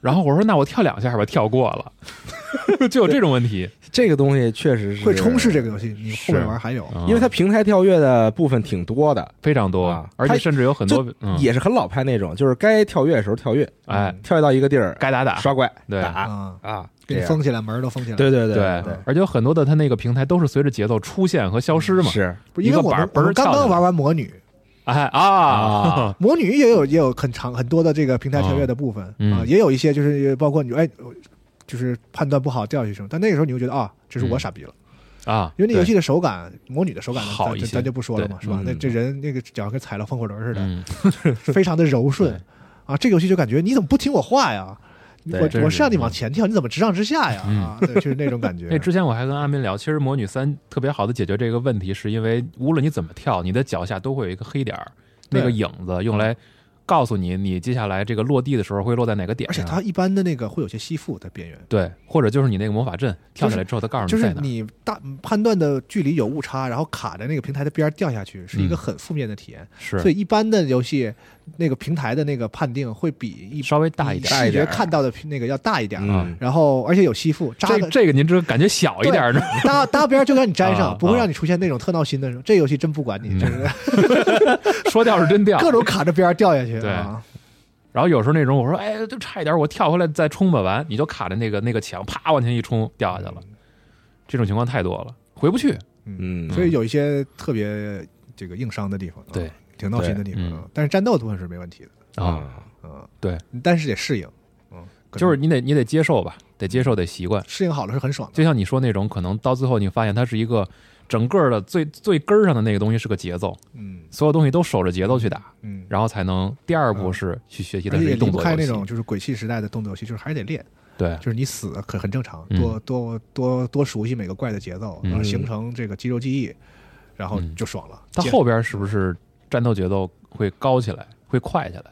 [SPEAKER 2] 然后我说那我跳两下吧，跳过了，就有这种问题。
[SPEAKER 1] 这个东西确实是
[SPEAKER 3] 会充斥这个游戏，你后
[SPEAKER 2] 是啊
[SPEAKER 3] 面玩还有。
[SPEAKER 1] 因为它平台跳跃的部分挺多的，
[SPEAKER 2] 嗯非常多，
[SPEAKER 1] 啊
[SPEAKER 2] 而且
[SPEAKER 1] 它
[SPEAKER 2] 甚至有很多嗯，
[SPEAKER 1] 也是很老派那种，就是该跳跃的时候跳跃，
[SPEAKER 2] 哎，
[SPEAKER 1] 跳跃到一个地儿
[SPEAKER 2] 该打打，
[SPEAKER 1] 刷怪
[SPEAKER 2] 对
[SPEAKER 1] 打
[SPEAKER 3] 啊，
[SPEAKER 1] 啊，
[SPEAKER 3] 给
[SPEAKER 1] 这
[SPEAKER 3] 你
[SPEAKER 1] 样
[SPEAKER 3] 封起来，门儿都封起来。，
[SPEAKER 1] 对对对
[SPEAKER 2] 对，而且有很多的它那个平台都是随着节奏出现和消失嘛。
[SPEAKER 1] 嗯是
[SPEAKER 3] 不是因为
[SPEAKER 2] 一个
[SPEAKER 3] 我
[SPEAKER 2] 板儿
[SPEAKER 3] 们
[SPEAKER 2] 嘣
[SPEAKER 3] 我
[SPEAKER 2] 儿
[SPEAKER 3] 们刚
[SPEAKER 2] 跳起
[SPEAKER 3] 刚
[SPEAKER 2] 来
[SPEAKER 3] 玩完魔女，
[SPEAKER 2] 哎啊，
[SPEAKER 3] 魔女也有也有很长很多的这个平台跳跃的部分
[SPEAKER 2] 嗯
[SPEAKER 3] 啊，也有一些就是包括你哎，就是判断不好掉下去什么，但那个时候你会觉得啊，这是
[SPEAKER 2] 嗯
[SPEAKER 3] 我傻逼了，
[SPEAKER 2] 啊，
[SPEAKER 3] 因为那游戏的手感，魔女的手感咱
[SPEAKER 2] 好
[SPEAKER 3] 咱
[SPEAKER 2] 一些
[SPEAKER 3] 咱就不说了嘛，
[SPEAKER 2] 对
[SPEAKER 3] 是吧？
[SPEAKER 1] 嗯
[SPEAKER 3] 那这人那个脚跟踩了风火轮似
[SPEAKER 2] 对
[SPEAKER 3] 的，
[SPEAKER 2] 嗯
[SPEAKER 3] 非常的柔顺
[SPEAKER 2] 对
[SPEAKER 3] 啊。这个游戏就感觉你怎么不听我话呀？
[SPEAKER 1] 对
[SPEAKER 3] 我
[SPEAKER 2] 真是嗯
[SPEAKER 3] 我是让你往前跳，你怎么直上直下呀？啊，对，就是那种 感觉。
[SPEAKER 2] 那之前我还跟阿明聊，其实《魔女三》特别好的解决这个问题，是因为无论你怎么跳，你的脚下都会有一个黑点儿，
[SPEAKER 3] 对
[SPEAKER 2] 那个影子用来告诉你，你接下来这个落地的时候会落在哪个点
[SPEAKER 3] 而且
[SPEAKER 2] 上。
[SPEAKER 3] 它一般的那个会有些吸附的边缘，
[SPEAKER 2] 对，或者就是你那个魔法阵跳起来之后，它告诉
[SPEAKER 3] 就
[SPEAKER 2] 你哦在
[SPEAKER 3] 是
[SPEAKER 2] 哪儿。
[SPEAKER 3] 你大嗯判断的距离有误差，然后卡在那个平台的边儿掉下去，是一个
[SPEAKER 2] 嗯
[SPEAKER 3] 很负面的体验。
[SPEAKER 2] 是
[SPEAKER 3] 所以一般的游戏，那个平台的那个判定会比一
[SPEAKER 2] 稍微大一点
[SPEAKER 1] 大
[SPEAKER 3] 视
[SPEAKER 1] 一点
[SPEAKER 3] 觉
[SPEAKER 1] 儿
[SPEAKER 3] 看到的那个要大一点儿。
[SPEAKER 1] 嗯
[SPEAKER 3] 然后而且有吸附，扎
[SPEAKER 2] 这
[SPEAKER 3] 个
[SPEAKER 2] 这个您这感觉小一点儿呢，
[SPEAKER 3] 搭搭边儿就让你粘
[SPEAKER 2] 啊
[SPEAKER 3] 上，不会
[SPEAKER 2] 啊
[SPEAKER 3] 让你出现那种特闹心的时候。这游戏真不管你，
[SPEAKER 2] 嗯
[SPEAKER 3] 就 是
[SPEAKER 2] 说掉是真掉。
[SPEAKER 3] 各种卡着边儿掉下去
[SPEAKER 2] 对
[SPEAKER 3] 啊。
[SPEAKER 2] 然后有时候那种我说哎，就差一点，我跳回来再冲吧，完你就卡着那个那个墙，啪往前一冲掉下去
[SPEAKER 3] 嗯
[SPEAKER 2] 了。这种情况太多了，回不去。
[SPEAKER 1] 嗯，
[SPEAKER 3] 所以有一些特别这个硬伤的地方，啊
[SPEAKER 2] 对，
[SPEAKER 3] 挺闹心的地方
[SPEAKER 2] 对嗯
[SPEAKER 3] 啊。但是战斗的部分是没问题的，
[SPEAKER 1] 啊
[SPEAKER 3] 嗯，
[SPEAKER 2] 对，
[SPEAKER 3] 但是得适应，嗯，可能
[SPEAKER 2] 就是你得你得接受吧，得接受得习惯。
[SPEAKER 3] 适应好了是很爽的。
[SPEAKER 2] 就像你说那种，可能到最后你发现它是一个整个的最最根儿上的那个东西是个节奏，
[SPEAKER 3] 嗯
[SPEAKER 2] 所有东西都守着节奏去打，
[SPEAKER 3] 嗯，
[SPEAKER 2] 然后才能第二步是去学习
[SPEAKER 3] 而
[SPEAKER 2] 的
[SPEAKER 3] 且
[SPEAKER 2] 是
[SPEAKER 3] 也
[SPEAKER 2] 一
[SPEAKER 3] 离
[SPEAKER 2] 动
[SPEAKER 3] 不
[SPEAKER 2] 作
[SPEAKER 3] 开
[SPEAKER 2] 游
[SPEAKER 3] 那
[SPEAKER 2] 戏
[SPEAKER 3] 种就是鬼泣时代的动作游戏，就是还是得练。
[SPEAKER 2] 对
[SPEAKER 3] 就是你死可很正常，
[SPEAKER 2] 嗯
[SPEAKER 3] 多多多多熟悉每个怪的节奏，
[SPEAKER 2] 嗯
[SPEAKER 3] 然后形成这个肌肉记忆，然后
[SPEAKER 2] 嗯
[SPEAKER 3] 就爽了。
[SPEAKER 2] 它
[SPEAKER 3] 接
[SPEAKER 2] 后边是不是战斗节奏会高起来，会快起来？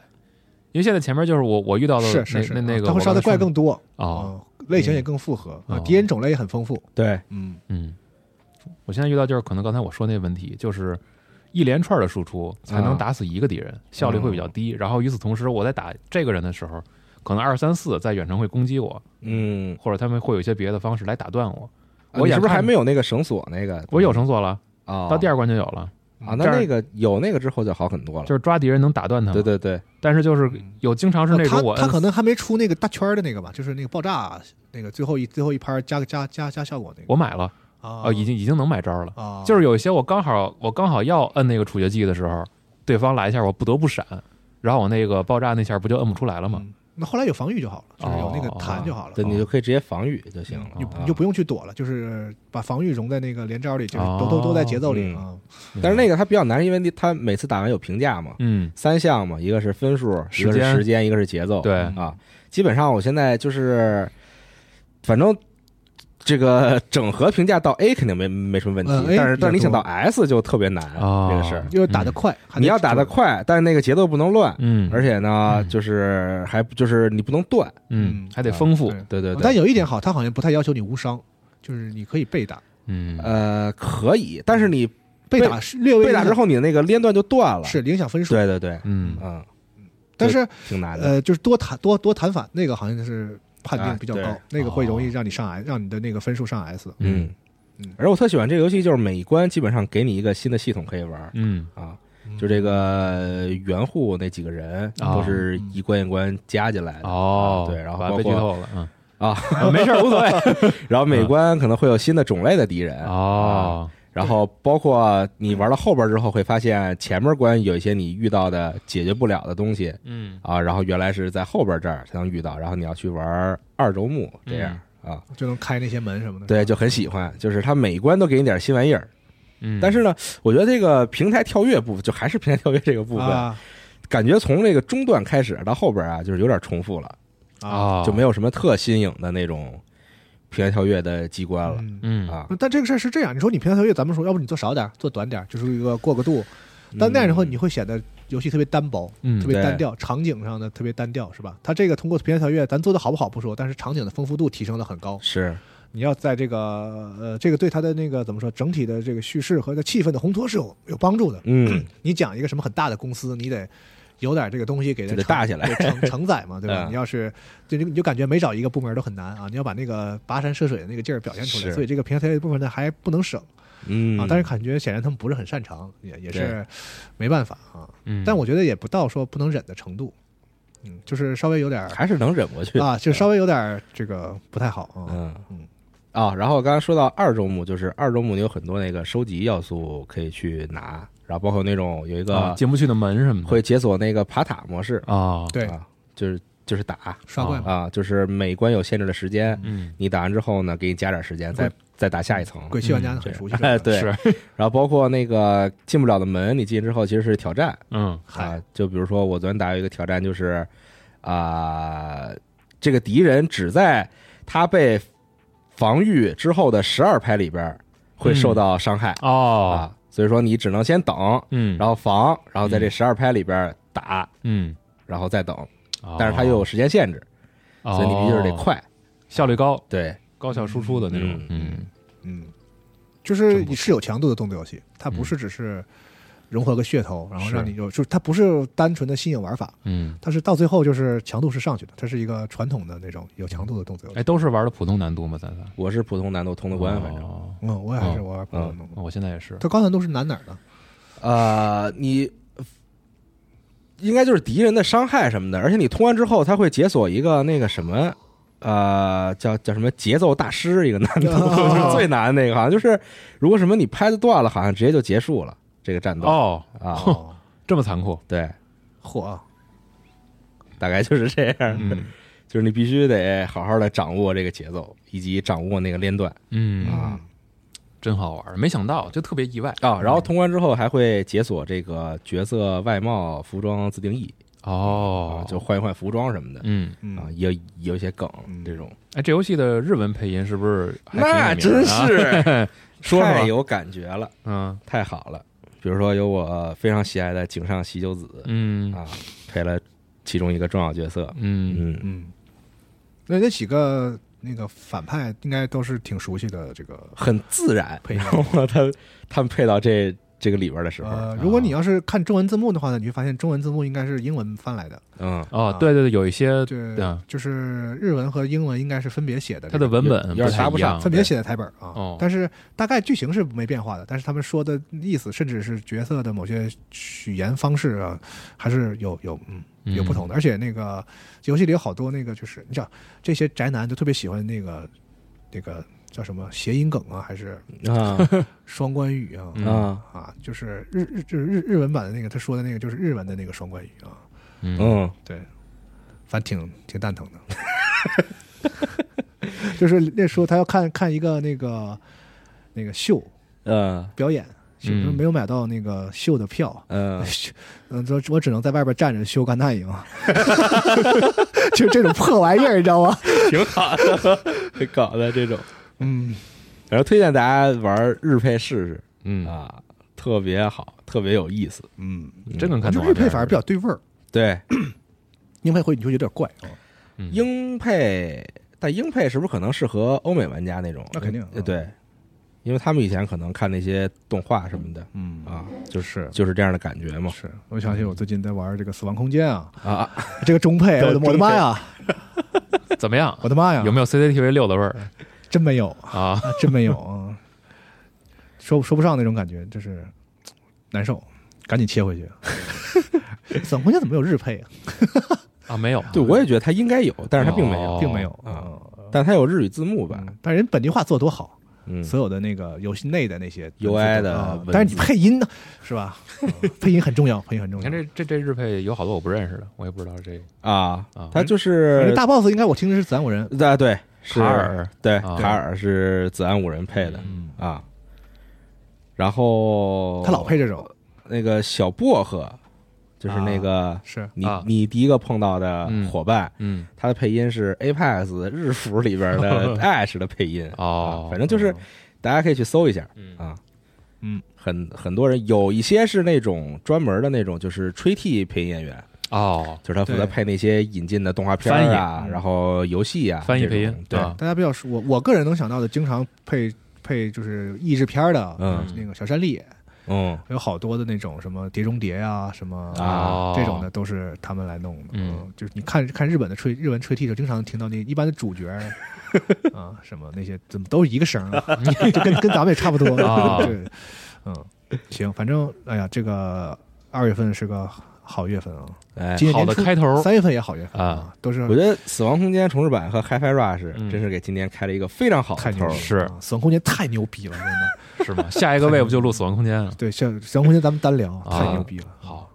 [SPEAKER 2] 因为现在前面就是我我遇到的
[SPEAKER 3] 是
[SPEAKER 2] 那
[SPEAKER 3] 是是，
[SPEAKER 2] 那
[SPEAKER 3] 啊
[SPEAKER 2] 那个
[SPEAKER 3] 它
[SPEAKER 2] 我
[SPEAKER 3] 会杀的
[SPEAKER 2] 刚才
[SPEAKER 3] 怪
[SPEAKER 2] 说
[SPEAKER 3] 更多
[SPEAKER 2] 哦，
[SPEAKER 3] 嗯类型也更复合啊
[SPEAKER 2] 哦，
[SPEAKER 3] 敌人种类也很丰富。
[SPEAKER 1] 对，
[SPEAKER 3] 嗯，
[SPEAKER 2] 嗯，我现在遇到就是可能刚才我说那问题，就是一连串的输出才能
[SPEAKER 1] 啊
[SPEAKER 2] 打死一个敌人，效率会比较低。然后与此同时，我在打这个人的时候，可能二三四在远程会攻击我，
[SPEAKER 1] 嗯，
[SPEAKER 2] 或者他们会有一些别的方式来打断我。
[SPEAKER 1] 我嗯
[SPEAKER 2] 眼
[SPEAKER 1] 是不是
[SPEAKER 2] 看
[SPEAKER 1] 还没有那个绳索那个？
[SPEAKER 2] 我有绳索了，
[SPEAKER 1] 啊，
[SPEAKER 2] 到第二关就有了，
[SPEAKER 1] 啊，那
[SPEAKER 2] 这样
[SPEAKER 1] 那个有那个之后就好很多了
[SPEAKER 2] 就。是啊抓敌人能打断他。
[SPEAKER 1] 哦对。对对，
[SPEAKER 2] 但是就是有经常是那
[SPEAKER 3] 他
[SPEAKER 2] 种我
[SPEAKER 3] 他可
[SPEAKER 2] 摁
[SPEAKER 3] 能还没出那个大圈儿的那个吧，就是那个爆炸那个最后一最后一拍儿加个加加加效果那个
[SPEAKER 2] 我买了，
[SPEAKER 3] 啊
[SPEAKER 2] 呃，已经已经能买招了。
[SPEAKER 3] 啊，
[SPEAKER 2] 就是有一些我刚好我刚好要摁那个处决技的时候，对方来一下，我不得不闪，然后我那个爆炸那下不就摁不出来了吗？
[SPEAKER 3] 嗯那后来有防御就好了，就是有那个弹就好了
[SPEAKER 1] 哦
[SPEAKER 3] 啊
[SPEAKER 1] 对，。你就可以直接防御就行了。
[SPEAKER 3] 你
[SPEAKER 1] 啊
[SPEAKER 3] 你就不用去躲了，就是把防御融在那个连招里，就是
[SPEAKER 2] 哦
[SPEAKER 3] 都都都在节奏里
[SPEAKER 1] 嗯
[SPEAKER 3] 啊。
[SPEAKER 1] 但是那个它比较难，因为你它每次打完有评价嘛，
[SPEAKER 2] 嗯，
[SPEAKER 1] 三项嘛，一个是分数，
[SPEAKER 2] 时
[SPEAKER 1] 一个是
[SPEAKER 2] 间
[SPEAKER 1] 时间，一个是节奏。
[SPEAKER 2] 嗯对
[SPEAKER 1] 啊，基本上我现在就是，反正这个 整合评价到 A 肯定没没什么问题，
[SPEAKER 3] 嗯，A
[SPEAKER 1] 但是
[SPEAKER 3] 比较
[SPEAKER 1] 但是你想到
[SPEAKER 3] 多
[SPEAKER 1] S 就特别难，
[SPEAKER 2] 哦
[SPEAKER 1] 这个事儿。
[SPEAKER 3] 因为打得快，还
[SPEAKER 1] 嗯
[SPEAKER 3] 得
[SPEAKER 1] 你要打得
[SPEAKER 3] 就是
[SPEAKER 1] 快，但是那个节奏不能乱，
[SPEAKER 2] 嗯，
[SPEAKER 1] 而且呢，
[SPEAKER 2] 嗯
[SPEAKER 1] 就是还就是你不能断。
[SPEAKER 2] 嗯
[SPEAKER 3] 嗯
[SPEAKER 2] 还得丰富
[SPEAKER 3] 对，
[SPEAKER 1] 对对对，
[SPEAKER 3] 但有一点好，它好像不太要求你无伤，就是你可以被打，
[SPEAKER 2] 嗯
[SPEAKER 1] 呃，可以，但是你
[SPEAKER 3] 被打是略微
[SPEAKER 1] 被打之后，你的那个连段就断了。
[SPEAKER 3] 是，影响分数，
[SPEAKER 1] 对对对，
[SPEAKER 2] 嗯
[SPEAKER 1] 嗯，
[SPEAKER 3] 但是
[SPEAKER 1] 挺难的。
[SPEAKER 3] 呃，就是多弹多多弹反那个好像是判定比较
[SPEAKER 1] 啊
[SPEAKER 3] 高
[SPEAKER 1] 对，
[SPEAKER 3] 那个会容易让你上 S，让你的那个分数上 S。
[SPEAKER 1] 嗯
[SPEAKER 3] 嗯，
[SPEAKER 1] 而我特喜欢这个游戏，就是每一关基本上给你一个新的系统可以玩儿
[SPEAKER 2] 嗯
[SPEAKER 1] 啊。就这个原户那几个人
[SPEAKER 2] 啊
[SPEAKER 1] 都是一关一关加进来的，
[SPEAKER 2] 哦，
[SPEAKER 1] 啊对然后
[SPEAKER 2] 完
[SPEAKER 1] 包
[SPEAKER 2] 被剧
[SPEAKER 1] 括
[SPEAKER 2] 透了，嗯
[SPEAKER 1] 啊，
[SPEAKER 2] 没事儿无 所谓
[SPEAKER 1] 然后
[SPEAKER 2] 嗯
[SPEAKER 1] 每关可能会有新的种类的敌人啊，
[SPEAKER 2] 哦，
[SPEAKER 1] 然后包括你玩到后边之后，会发现前面关有一些你遇到的解决不了的东西
[SPEAKER 2] 嗯
[SPEAKER 1] 啊，然后原来是在后边这儿才能遇到，然后你要去玩二周目这样
[SPEAKER 2] 嗯
[SPEAKER 1] 啊，
[SPEAKER 3] 就能开那些门什么的。
[SPEAKER 1] 对，就很喜欢，就是它每一关都给你点新玩意儿。
[SPEAKER 2] 嗯，
[SPEAKER 1] 但是呢，我觉得这个平台跳跃部分，就还是平台跳跃这个部分，
[SPEAKER 3] 啊
[SPEAKER 1] 感觉从这个中段开始到后边啊，就是有点重复了，
[SPEAKER 3] 啊，
[SPEAKER 2] 啊
[SPEAKER 1] 就没有什么特新颖的那种平台跳跃的机关了、
[SPEAKER 3] 嗯
[SPEAKER 2] 嗯
[SPEAKER 1] 啊。
[SPEAKER 3] 但这个事儿是这样，你说你平台跳跃，咱们说，要不你做少点儿，做短点儿，就是一个过个度。但那样以后，你会显得游戏特别单薄，
[SPEAKER 2] 嗯
[SPEAKER 3] 特别单
[SPEAKER 1] 嗯对
[SPEAKER 3] 调，场景上的特别单调，是吧？它这个通过平台跳跃，咱做的好不好不说，但是场景的丰富度提升的很高。
[SPEAKER 1] 是
[SPEAKER 3] 你要在这个呃，这个对它的那个怎么说，整体的这个叙事和这气氛的烘托是有有帮助的。
[SPEAKER 1] 嗯，
[SPEAKER 3] 你讲一个什么很大的公司，你得有点这个东西给它
[SPEAKER 1] 就得
[SPEAKER 3] 承
[SPEAKER 1] 大起 来
[SPEAKER 3] 对承承载嘛，对吧？
[SPEAKER 1] 嗯
[SPEAKER 3] 你要是对你就感觉每找一个部门都很难啊，你要把那个跋山涉水的那个劲儿表现出来，
[SPEAKER 1] 是
[SPEAKER 3] 所以这个平台跳跃部分呢还不能省
[SPEAKER 1] 嗯
[SPEAKER 3] 啊。但是感觉显然他们不是很擅长，也也是
[SPEAKER 1] 对
[SPEAKER 3] 没办法啊。
[SPEAKER 2] 嗯，
[SPEAKER 3] 但我觉得也不到说不能忍的程度，嗯，就是稍微有点儿
[SPEAKER 1] 还是能忍过去
[SPEAKER 3] 啊，就稍微有点儿这个不太好啊。
[SPEAKER 1] 嗯
[SPEAKER 3] 嗯
[SPEAKER 1] 啊、然后刚刚说到二周目，就是二周目你有很多那个收集要素可以去拿，然后包括那种有一
[SPEAKER 2] 啊
[SPEAKER 1] 个
[SPEAKER 2] 进不去的门什么的
[SPEAKER 1] 会解锁那个爬塔模式，
[SPEAKER 2] 啊，
[SPEAKER 3] 对
[SPEAKER 1] 啊，就是就是打
[SPEAKER 3] 刷怪嘛，
[SPEAKER 1] 啊，就是每关有限制的时间，
[SPEAKER 2] 嗯
[SPEAKER 1] 你打完之后呢，给你加点时间，再再打下一层。
[SPEAKER 3] 鬼泣玩家
[SPEAKER 2] 嗯
[SPEAKER 3] 很熟悉这
[SPEAKER 1] 哎，
[SPEAKER 3] 个，
[SPEAKER 1] 对，
[SPEAKER 2] 是
[SPEAKER 1] 然后包括那个进不了的门，你进之后其实是挑战
[SPEAKER 2] 嗯
[SPEAKER 3] 嗨
[SPEAKER 1] 啊。就比如说我昨天打有一个挑战，就是啊、这个敌人只在他被防御之后的十二拍里边会受到伤害、
[SPEAKER 2] 嗯哦
[SPEAKER 1] 啊，所以说你只能先等，
[SPEAKER 2] 嗯，
[SPEAKER 1] 然后防，然后在这
[SPEAKER 2] 嗯
[SPEAKER 1] 十二拍里边打，
[SPEAKER 2] 嗯，
[SPEAKER 1] 然后再等，
[SPEAKER 2] 哦
[SPEAKER 1] 但是它又有时间限制，所以你必须是得
[SPEAKER 2] 哦
[SPEAKER 1] 快。
[SPEAKER 2] 效率高、
[SPEAKER 1] 对，
[SPEAKER 2] 高效输出的那种，
[SPEAKER 1] 嗯
[SPEAKER 2] 嗯
[SPEAKER 3] 嗯，就是
[SPEAKER 2] 真不错
[SPEAKER 3] 是有强度的动作游戏，它不是只是融合个噱头，然后
[SPEAKER 1] 是
[SPEAKER 3] 让你就就是它不是单纯的新颖玩法，
[SPEAKER 2] 嗯，
[SPEAKER 3] 它是到最后就是强度是上去的，它是一个传统的那种有强度的动
[SPEAKER 1] 嗯
[SPEAKER 3] 作游戏。
[SPEAKER 2] 哎，都是玩的普通难度吗？咱仨
[SPEAKER 1] 我是普通难度通的关，反正。
[SPEAKER 2] 哦
[SPEAKER 3] 嗯，我也还是玩普通的。
[SPEAKER 2] 我现在也是，
[SPEAKER 3] 它刚才都是难哪儿呢？
[SPEAKER 1] 呃，你应该就是敌人的伤害什么的，而且你通关之后，它会解锁一个那个什么，呃，叫叫什么节奏大师一个难度，
[SPEAKER 3] 哦
[SPEAKER 1] 就是最难的那个，好像就是如果什么你拍子断了，好像直接就结束了这个战斗、
[SPEAKER 2] 哦，
[SPEAKER 1] 啊。
[SPEAKER 3] 哦，
[SPEAKER 2] 这么 残酷，
[SPEAKER 1] 对，
[SPEAKER 3] 嚯啊，
[SPEAKER 1] 大概就是这样，
[SPEAKER 2] 嗯
[SPEAKER 1] 就是你必须得好好的掌握这个节奏，以及掌握那个连段
[SPEAKER 2] 嗯，
[SPEAKER 1] 啊
[SPEAKER 2] 真好玩，没想到，就特别意外嗯
[SPEAKER 1] 啊、然后通关之后还会解锁这个角色外貌、服装自定义啊
[SPEAKER 2] 哦，，
[SPEAKER 1] 就换一换服装什么的。
[SPEAKER 2] 嗯，
[SPEAKER 3] 嗯
[SPEAKER 1] 啊，有有一些梗
[SPEAKER 3] 嗯
[SPEAKER 1] 这种，
[SPEAKER 2] 哎，这游戏的日文配音是不是 还挺有名
[SPEAKER 1] 那
[SPEAKER 2] 啊？
[SPEAKER 1] 真是
[SPEAKER 2] 说
[SPEAKER 1] 太
[SPEAKER 2] 说吧，
[SPEAKER 1] 有感觉了，
[SPEAKER 2] 嗯
[SPEAKER 1] 太好了。比如说有我非常喜爱的井上喜久子
[SPEAKER 2] 嗯
[SPEAKER 1] 啊，配了其中一个重要角色，
[SPEAKER 2] 嗯，
[SPEAKER 1] 嗯，
[SPEAKER 3] 嗯，那那几个那个反派应该都是挺熟悉的这个
[SPEAKER 1] 很自然。
[SPEAKER 3] 配音
[SPEAKER 1] 然。 后他他们配到这这个里边的时候，
[SPEAKER 3] 呃，如果你要是看中文字幕的话呢，你会发现中文字幕应该是英文翻来的，
[SPEAKER 1] 嗯，
[SPEAKER 2] 哦
[SPEAKER 3] 啊，
[SPEAKER 2] 对对对，有一些
[SPEAKER 3] 对
[SPEAKER 2] 对啊，
[SPEAKER 3] 就是日文和英文应该是分别写的这
[SPEAKER 2] 它
[SPEAKER 3] 个，
[SPEAKER 2] 的文本
[SPEAKER 1] 有点搭
[SPEAKER 2] 太
[SPEAKER 1] 不
[SPEAKER 2] 一
[SPEAKER 1] 上
[SPEAKER 2] 样，
[SPEAKER 3] 分别写的台本啊。
[SPEAKER 2] 哦
[SPEAKER 3] 但是大概剧情是没变化的，但是他们说的意思，甚至是角色的某些语言方式啊，还是有有嗯
[SPEAKER 2] 嗯
[SPEAKER 3] 有不同的。而且那个游戏里有好多那个，就是你知道这些宅男就特别喜欢那个那个叫什么谐音梗啊，还是
[SPEAKER 1] 啊
[SPEAKER 3] 双关语啊。
[SPEAKER 2] 嗯
[SPEAKER 1] 啊，
[SPEAKER 3] 啊，就是日日就是日日文版的那个，他说的那个就是日文的那个双关语啊，
[SPEAKER 2] 嗯
[SPEAKER 1] 嗯，
[SPEAKER 3] 对，反正挺挺蛋疼的。 就是那时候他要看看一个那个那个秀
[SPEAKER 1] 呃，
[SPEAKER 3] 表演，秀
[SPEAKER 2] 嗯
[SPEAKER 3] 没有买到那个秀的票，
[SPEAKER 1] 嗯，
[SPEAKER 3] 嗯，说我只能在外边站着修干那影， 就这种破玩意儿，你知道吗？
[SPEAKER 1] 挺好的，挺 搞的这种。
[SPEAKER 3] 嗯，
[SPEAKER 1] 然后推荐大家玩日配试试
[SPEAKER 2] 嗯，
[SPEAKER 1] 啊，特别好，特别有意思。
[SPEAKER 3] 嗯，
[SPEAKER 2] 真能看
[SPEAKER 3] 就
[SPEAKER 2] 懂啊
[SPEAKER 3] 日配反而比较对味儿，
[SPEAKER 1] 对，
[SPEAKER 3] 英配会你就有点怪啊。
[SPEAKER 2] 英
[SPEAKER 1] 英配，但英配是不是可能适合欧美玩家那种？
[SPEAKER 3] 那肯定嗯
[SPEAKER 1] 呃对，因为他们以前可能看那些动画什么的
[SPEAKER 3] 嗯
[SPEAKER 1] 啊，
[SPEAKER 3] 就是
[SPEAKER 1] 就是这样的感觉嘛。
[SPEAKER 3] 是，我想起我最近在玩这个《死亡空间》 啊，
[SPEAKER 1] 啊，
[SPEAKER 3] 这个中配，我的我的妈呀，
[SPEAKER 2] 怎 么样？
[SPEAKER 1] 啊
[SPEAKER 3] 我的妈呀，
[SPEAKER 2] 有没有 CCTV 六的味儿
[SPEAKER 3] 真没有
[SPEAKER 2] 啊？
[SPEAKER 3] 啊，真没有啊，说说不上那种感觉，就是难受，赶紧切回去。 怎么空间怎么有日配啊？
[SPEAKER 2] 啊，没有，
[SPEAKER 1] 对，我也觉得他应该有，但是他并没有，
[SPEAKER 2] 哦
[SPEAKER 3] 并没有
[SPEAKER 1] 啊，但他有日语字幕版，
[SPEAKER 3] 嗯但人本地化做得多好，
[SPEAKER 1] 嗯，
[SPEAKER 3] 所有的那个游戏内的那些
[SPEAKER 1] UI 的
[SPEAKER 3] 啊
[SPEAKER 1] 文字
[SPEAKER 3] 但是你配音呢，是吧？嗯配音很重要，配音很重
[SPEAKER 2] 你
[SPEAKER 3] 要
[SPEAKER 2] 看。这这这日配有好多我不认识的，我也不知道这个
[SPEAKER 1] 啊
[SPEAKER 2] 啊，
[SPEAKER 1] 他就
[SPEAKER 3] 反
[SPEAKER 1] 是
[SPEAKER 3] 正大 boss 应该我听的是自然五人，
[SPEAKER 1] 啊，对，是
[SPEAKER 2] 卡尔，
[SPEAKER 1] 对，
[SPEAKER 2] 啊
[SPEAKER 1] 卡尔是子安五人配的
[SPEAKER 2] 嗯，
[SPEAKER 1] 啊。然后
[SPEAKER 3] 他老配这种，
[SPEAKER 1] 哦那个小薄荷，就是那个
[SPEAKER 3] 是
[SPEAKER 1] 你
[SPEAKER 2] 啊
[SPEAKER 1] 你第一个碰到的
[SPEAKER 2] 嗯
[SPEAKER 1] 伙伴，
[SPEAKER 2] 嗯，
[SPEAKER 1] 他的配音是 Apex 日服里边 的 Ash 的配音
[SPEAKER 2] 哦
[SPEAKER 1] 啊，反正就是大家可以去搜一下
[SPEAKER 2] 嗯
[SPEAKER 1] 啊。
[SPEAKER 3] 嗯，
[SPEAKER 1] 很很多人有一些是那种专门的那种，就是吹替配音演员，
[SPEAKER 2] 哦，
[SPEAKER 1] 就是他负责
[SPEAKER 3] 对
[SPEAKER 1] 配那些引进的动画片
[SPEAKER 2] 翻
[SPEAKER 1] 儿
[SPEAKER 2] 译嗯
[SPEAKER 1] 啊，然后游戏啊，
[SPEAKER 2] 翻译
[SPEAKER 1] 这种
[SPEAKER 2] 配音
[SPEAKER 1] 对，
[SPEAKER 2] 啊
[SPEAKER 3] 大家比较熟，我我个人能想到的，经常配配就是译制片儿的，
[SPEAKER 1] 嗯
[SPEAKER 3] 那个小山丽，
[SPEAKER 1] 嗯，
[SPEAKER 3] 有好多的那种什么《碟中谍》呀，什么
[SPEAKER 1] 啊
[SPEAKER 3] 这种的，都是他们来弄的。
[SPEAKER 2] 嗯
[SPEAKER 3] 呃就是你看看日本的吹日文吹替的时候，经常听到那一般的主角啊，什么那些怎么都是一个声儿，啊就跟跟咱们也差不多。
[SPEAKER 2] 啊
[SPEAKER 3] 对，嗯，行，反正哎呀，这个二月份是个好月份啊，
[SPEAKER 1] 哎，
[SPEAKER 3] 今年
[SPEAKER 2] 好
[SPEAKER 3] 年
[SPEAKER 2] 的
[SPEAKER 3] 初
[SPEAKER 2] 开头
[SPEAKER 3] 三月份也好月份
[SPEAKER 2] 啊，
[SPEAKER 3] 都是
[SPEAKER 1] 我觉得《死亡空间》重置版和《HiFi Rush
[SPEAKER 2] 嗯》
[SPEAKER 1] 真是给今年开了一个非常好
[SPEAKER 3] 太
[SPEAKER 1] 的
[SPEAKER 3] 牛
[SPEAKER 1] 头
[SPEAKER 3] 逼
[SPEAKER 1] 儿
[SPEAKER 3] 了，
[SPEAKER 2] 是
[SPEAKER 3] 啊死亡空间太牛逼了，真的。
[SPEAKER 2] 是吗？下一个 wave 就录《死亡空间》啊了。
[SPEAKER 3] 对，像死亡空间咱们单聊，
[SPEAKER 2] 啊
[SPEAKER 3] 太牛逼了。
[SPEAKER 2] 好，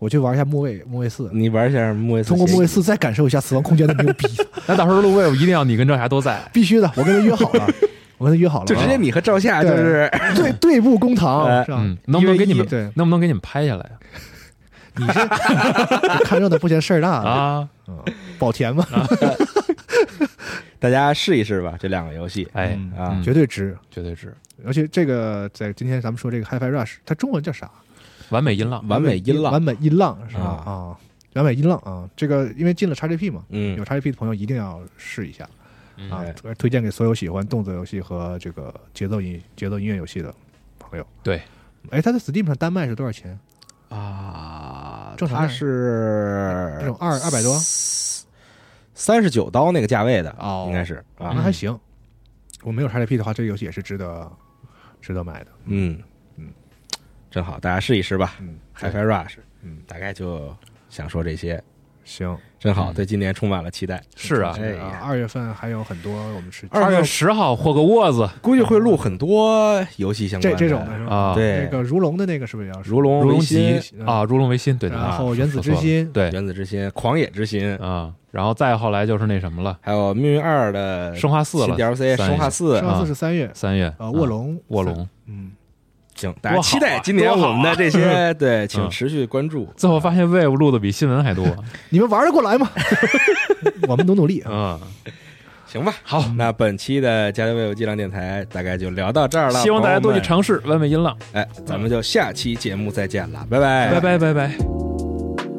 [SPEAKER 3] 我去玩一下末位末位四。
[SPEAKER 1] 你玩一下木卫四，
[SPEAKER 3] 通过末位四再感受一下死亡空间的牛 逼，
[SPEAKER 2] 那到时候录 wave 一定要你跟赵霞都 在。
[SPEAKER 3] 必须的，我跟他约 好了，我跟他约好了，
[SPEAKER 1] 就直接你和赵夏就是
[SPEAKER 3] 啊对对簿公
[SPEAKER 1] 哎
[SPEAKER 3] 堂是吧？
[SPEAKER 2] 嗯，能不能给你们
[SPEAKER 3] 一对，
[SPEAKER 2] 能不能给你们拍下来啊
[SPEAKER 3] 你是看热闹不嫌事儿大 的，
[SPEAKER 2] 啊？
[SPEAKER 3] 嗯，保田嘛，
[SPEAKER 1] 大家试一试吧，这两个游戏
[SPEAKER 2] 哎，
[SPEAKER 3] 嗯
[SPEAKER 1] 啊
[SPEAKER 2] 嗯
[SPEAKER 3] 绝对值。
[SPEAKER 2] 绝对值，
[SPEAKER 3] 而且这个在今天咱们说这个 HiFi Rush，它中文叫啥？
[SPEAKER 2] 完美音浪
[SPEAKER 1] 完美音浪
[SPEAKER 3] 完，美音浪是吧？
[SPEAKER 1] 啊
[SPEAKER 3] 啊，完美音浪啊，这个因为进了 XGP 嘛，有
[SPEAKER 1] 嗯，
[SPEAKER 3] XGP 的朋友一定要试一下啊
[SPEAKER 1] 哎，
[SPEAKER 3] 推推荐给所有喜欢动作游戏和这个节奏音节奏音乐游戏的朋友。
[SPEAKER 2] 对，
[SPEAKER 3] 哎，它在 Steam 上单卖是多少钱？
[SPEAKER 1] 啊，
[SPEAKER 3] 正常
[SPEAKER 1] 它
[SPEAKER 3] 人
[SPEAKER 1] 是
[SPEAKER 3] 这种
[SPEAKER 1] 呃
[SPEAKER 3] 二二百多，
[SPEAKER 1] 三十九刀那个价位的，
[SPEAKER 3] 哦
[SPEAKER 1] 应该是
[SPEAKER 3] 那
[SPEAKER 1] 啊，
[SPEAKER 3] 还行。我没有 XGP 的话，这个游戏也是值得值得买的。
[SPEAKER 1] 嗯嗯，正好大家试一试吧，
[SPEAKER 3] 嗯，
[SPEAKER 1] 《HiFi Rush》，
[SPEAKER 3] 嗯，
[SPEAKER 1] 大概就想说这些，
[SPEAKER 3] 行，
[SPEAKER 1] 正好
[SPEAKER 2] 嗯
[SPEAKER 1] 对今年充满了期待，
[SPEAKER 2] 是啊
[SPEAKER 3] 这，
[SPEAKER 1] 哎
[SPEAKER 3] 个
[SPEAKER 1] 呀
[SPEAKER 3] 二月份还有很多我们是
[SPEAKER 2] 二月十号霍格沃兹
[SPEAKER 1] 估计会录很多游戏相关
[SPEAKER 3] 这
[SPEAKER 1] 的
[SPEAKER 3] 这种的是吧？
[SPEAKER 2] 啊，
[SPEAKER 1] 对
[SPEAKER 3] 那个如龙的那个是不是也要说？
[SPEAKER 1] 如龙
[SPEAKER 2] 如龙
[SPEAKER 1] 维新
[SPEAKER 2] 集啊，如龙维新，对，对
[SPEAKER 3] 然
[SPEAKER 2] 啊
[SPEAKER 3] 后原子之心，
[SPEAKER 2] 对
[SPEAKER 1] 原子之心、狂野之心，
[SPEAKER 2] 啊，然后再后来就是那什么了，
[SPEAKER 1] 还有命运二的
[SPEAKER 2] 生化四
[SPEAKER 1] 新
[SPEAKER 2] 了，
[SPEAKER 1] DLC
[SPEAKER 2] 三
[SPEAKER 1] 生化四。
[SPEAKER 3] 上次是三月
[SPEAKER 2] 三月
[SPEAKER 3] 啊，卧，龙，
[SPEAKER 2] 卧，龙，
[SPEAKER 3] 嗯，
[SPEAKER 1] 行，大家
[SPEAKER 2] 多好
[SPEAKER 1] 期待
[SPEAKER 2] 啊
[SPEAKER 1] 今年
[SPEAKER 2] 多好啊
[SPEAKER 1] 我们的这些，对，请
[SPEAKER 2] 嗯
[SPEAKER 1] 持续关注。
[SPEAKER 2] 最后发现 wave 录的比新闻还多，
[SPEAKER 3] 你们玩得过来吗？ 我们努努力啊。
[SPEAKER 2] 嗯，
[SPEAKER 1] 行吧，好，那本期的加六 wave 计量电台大概就聊到这儿了，
[SPEAKER 2] 希望大家多
[SPEAKER 1] 朋
[SPEAKER 2] 去
[SPEAKER 1] 友
[SPEAKER 2] 尝试完美音浪，
[SPEAKER 1] 们。哎，咱们就下期节目再见了，拜拜，
[SPEAKER 2] 拜拜拜拜。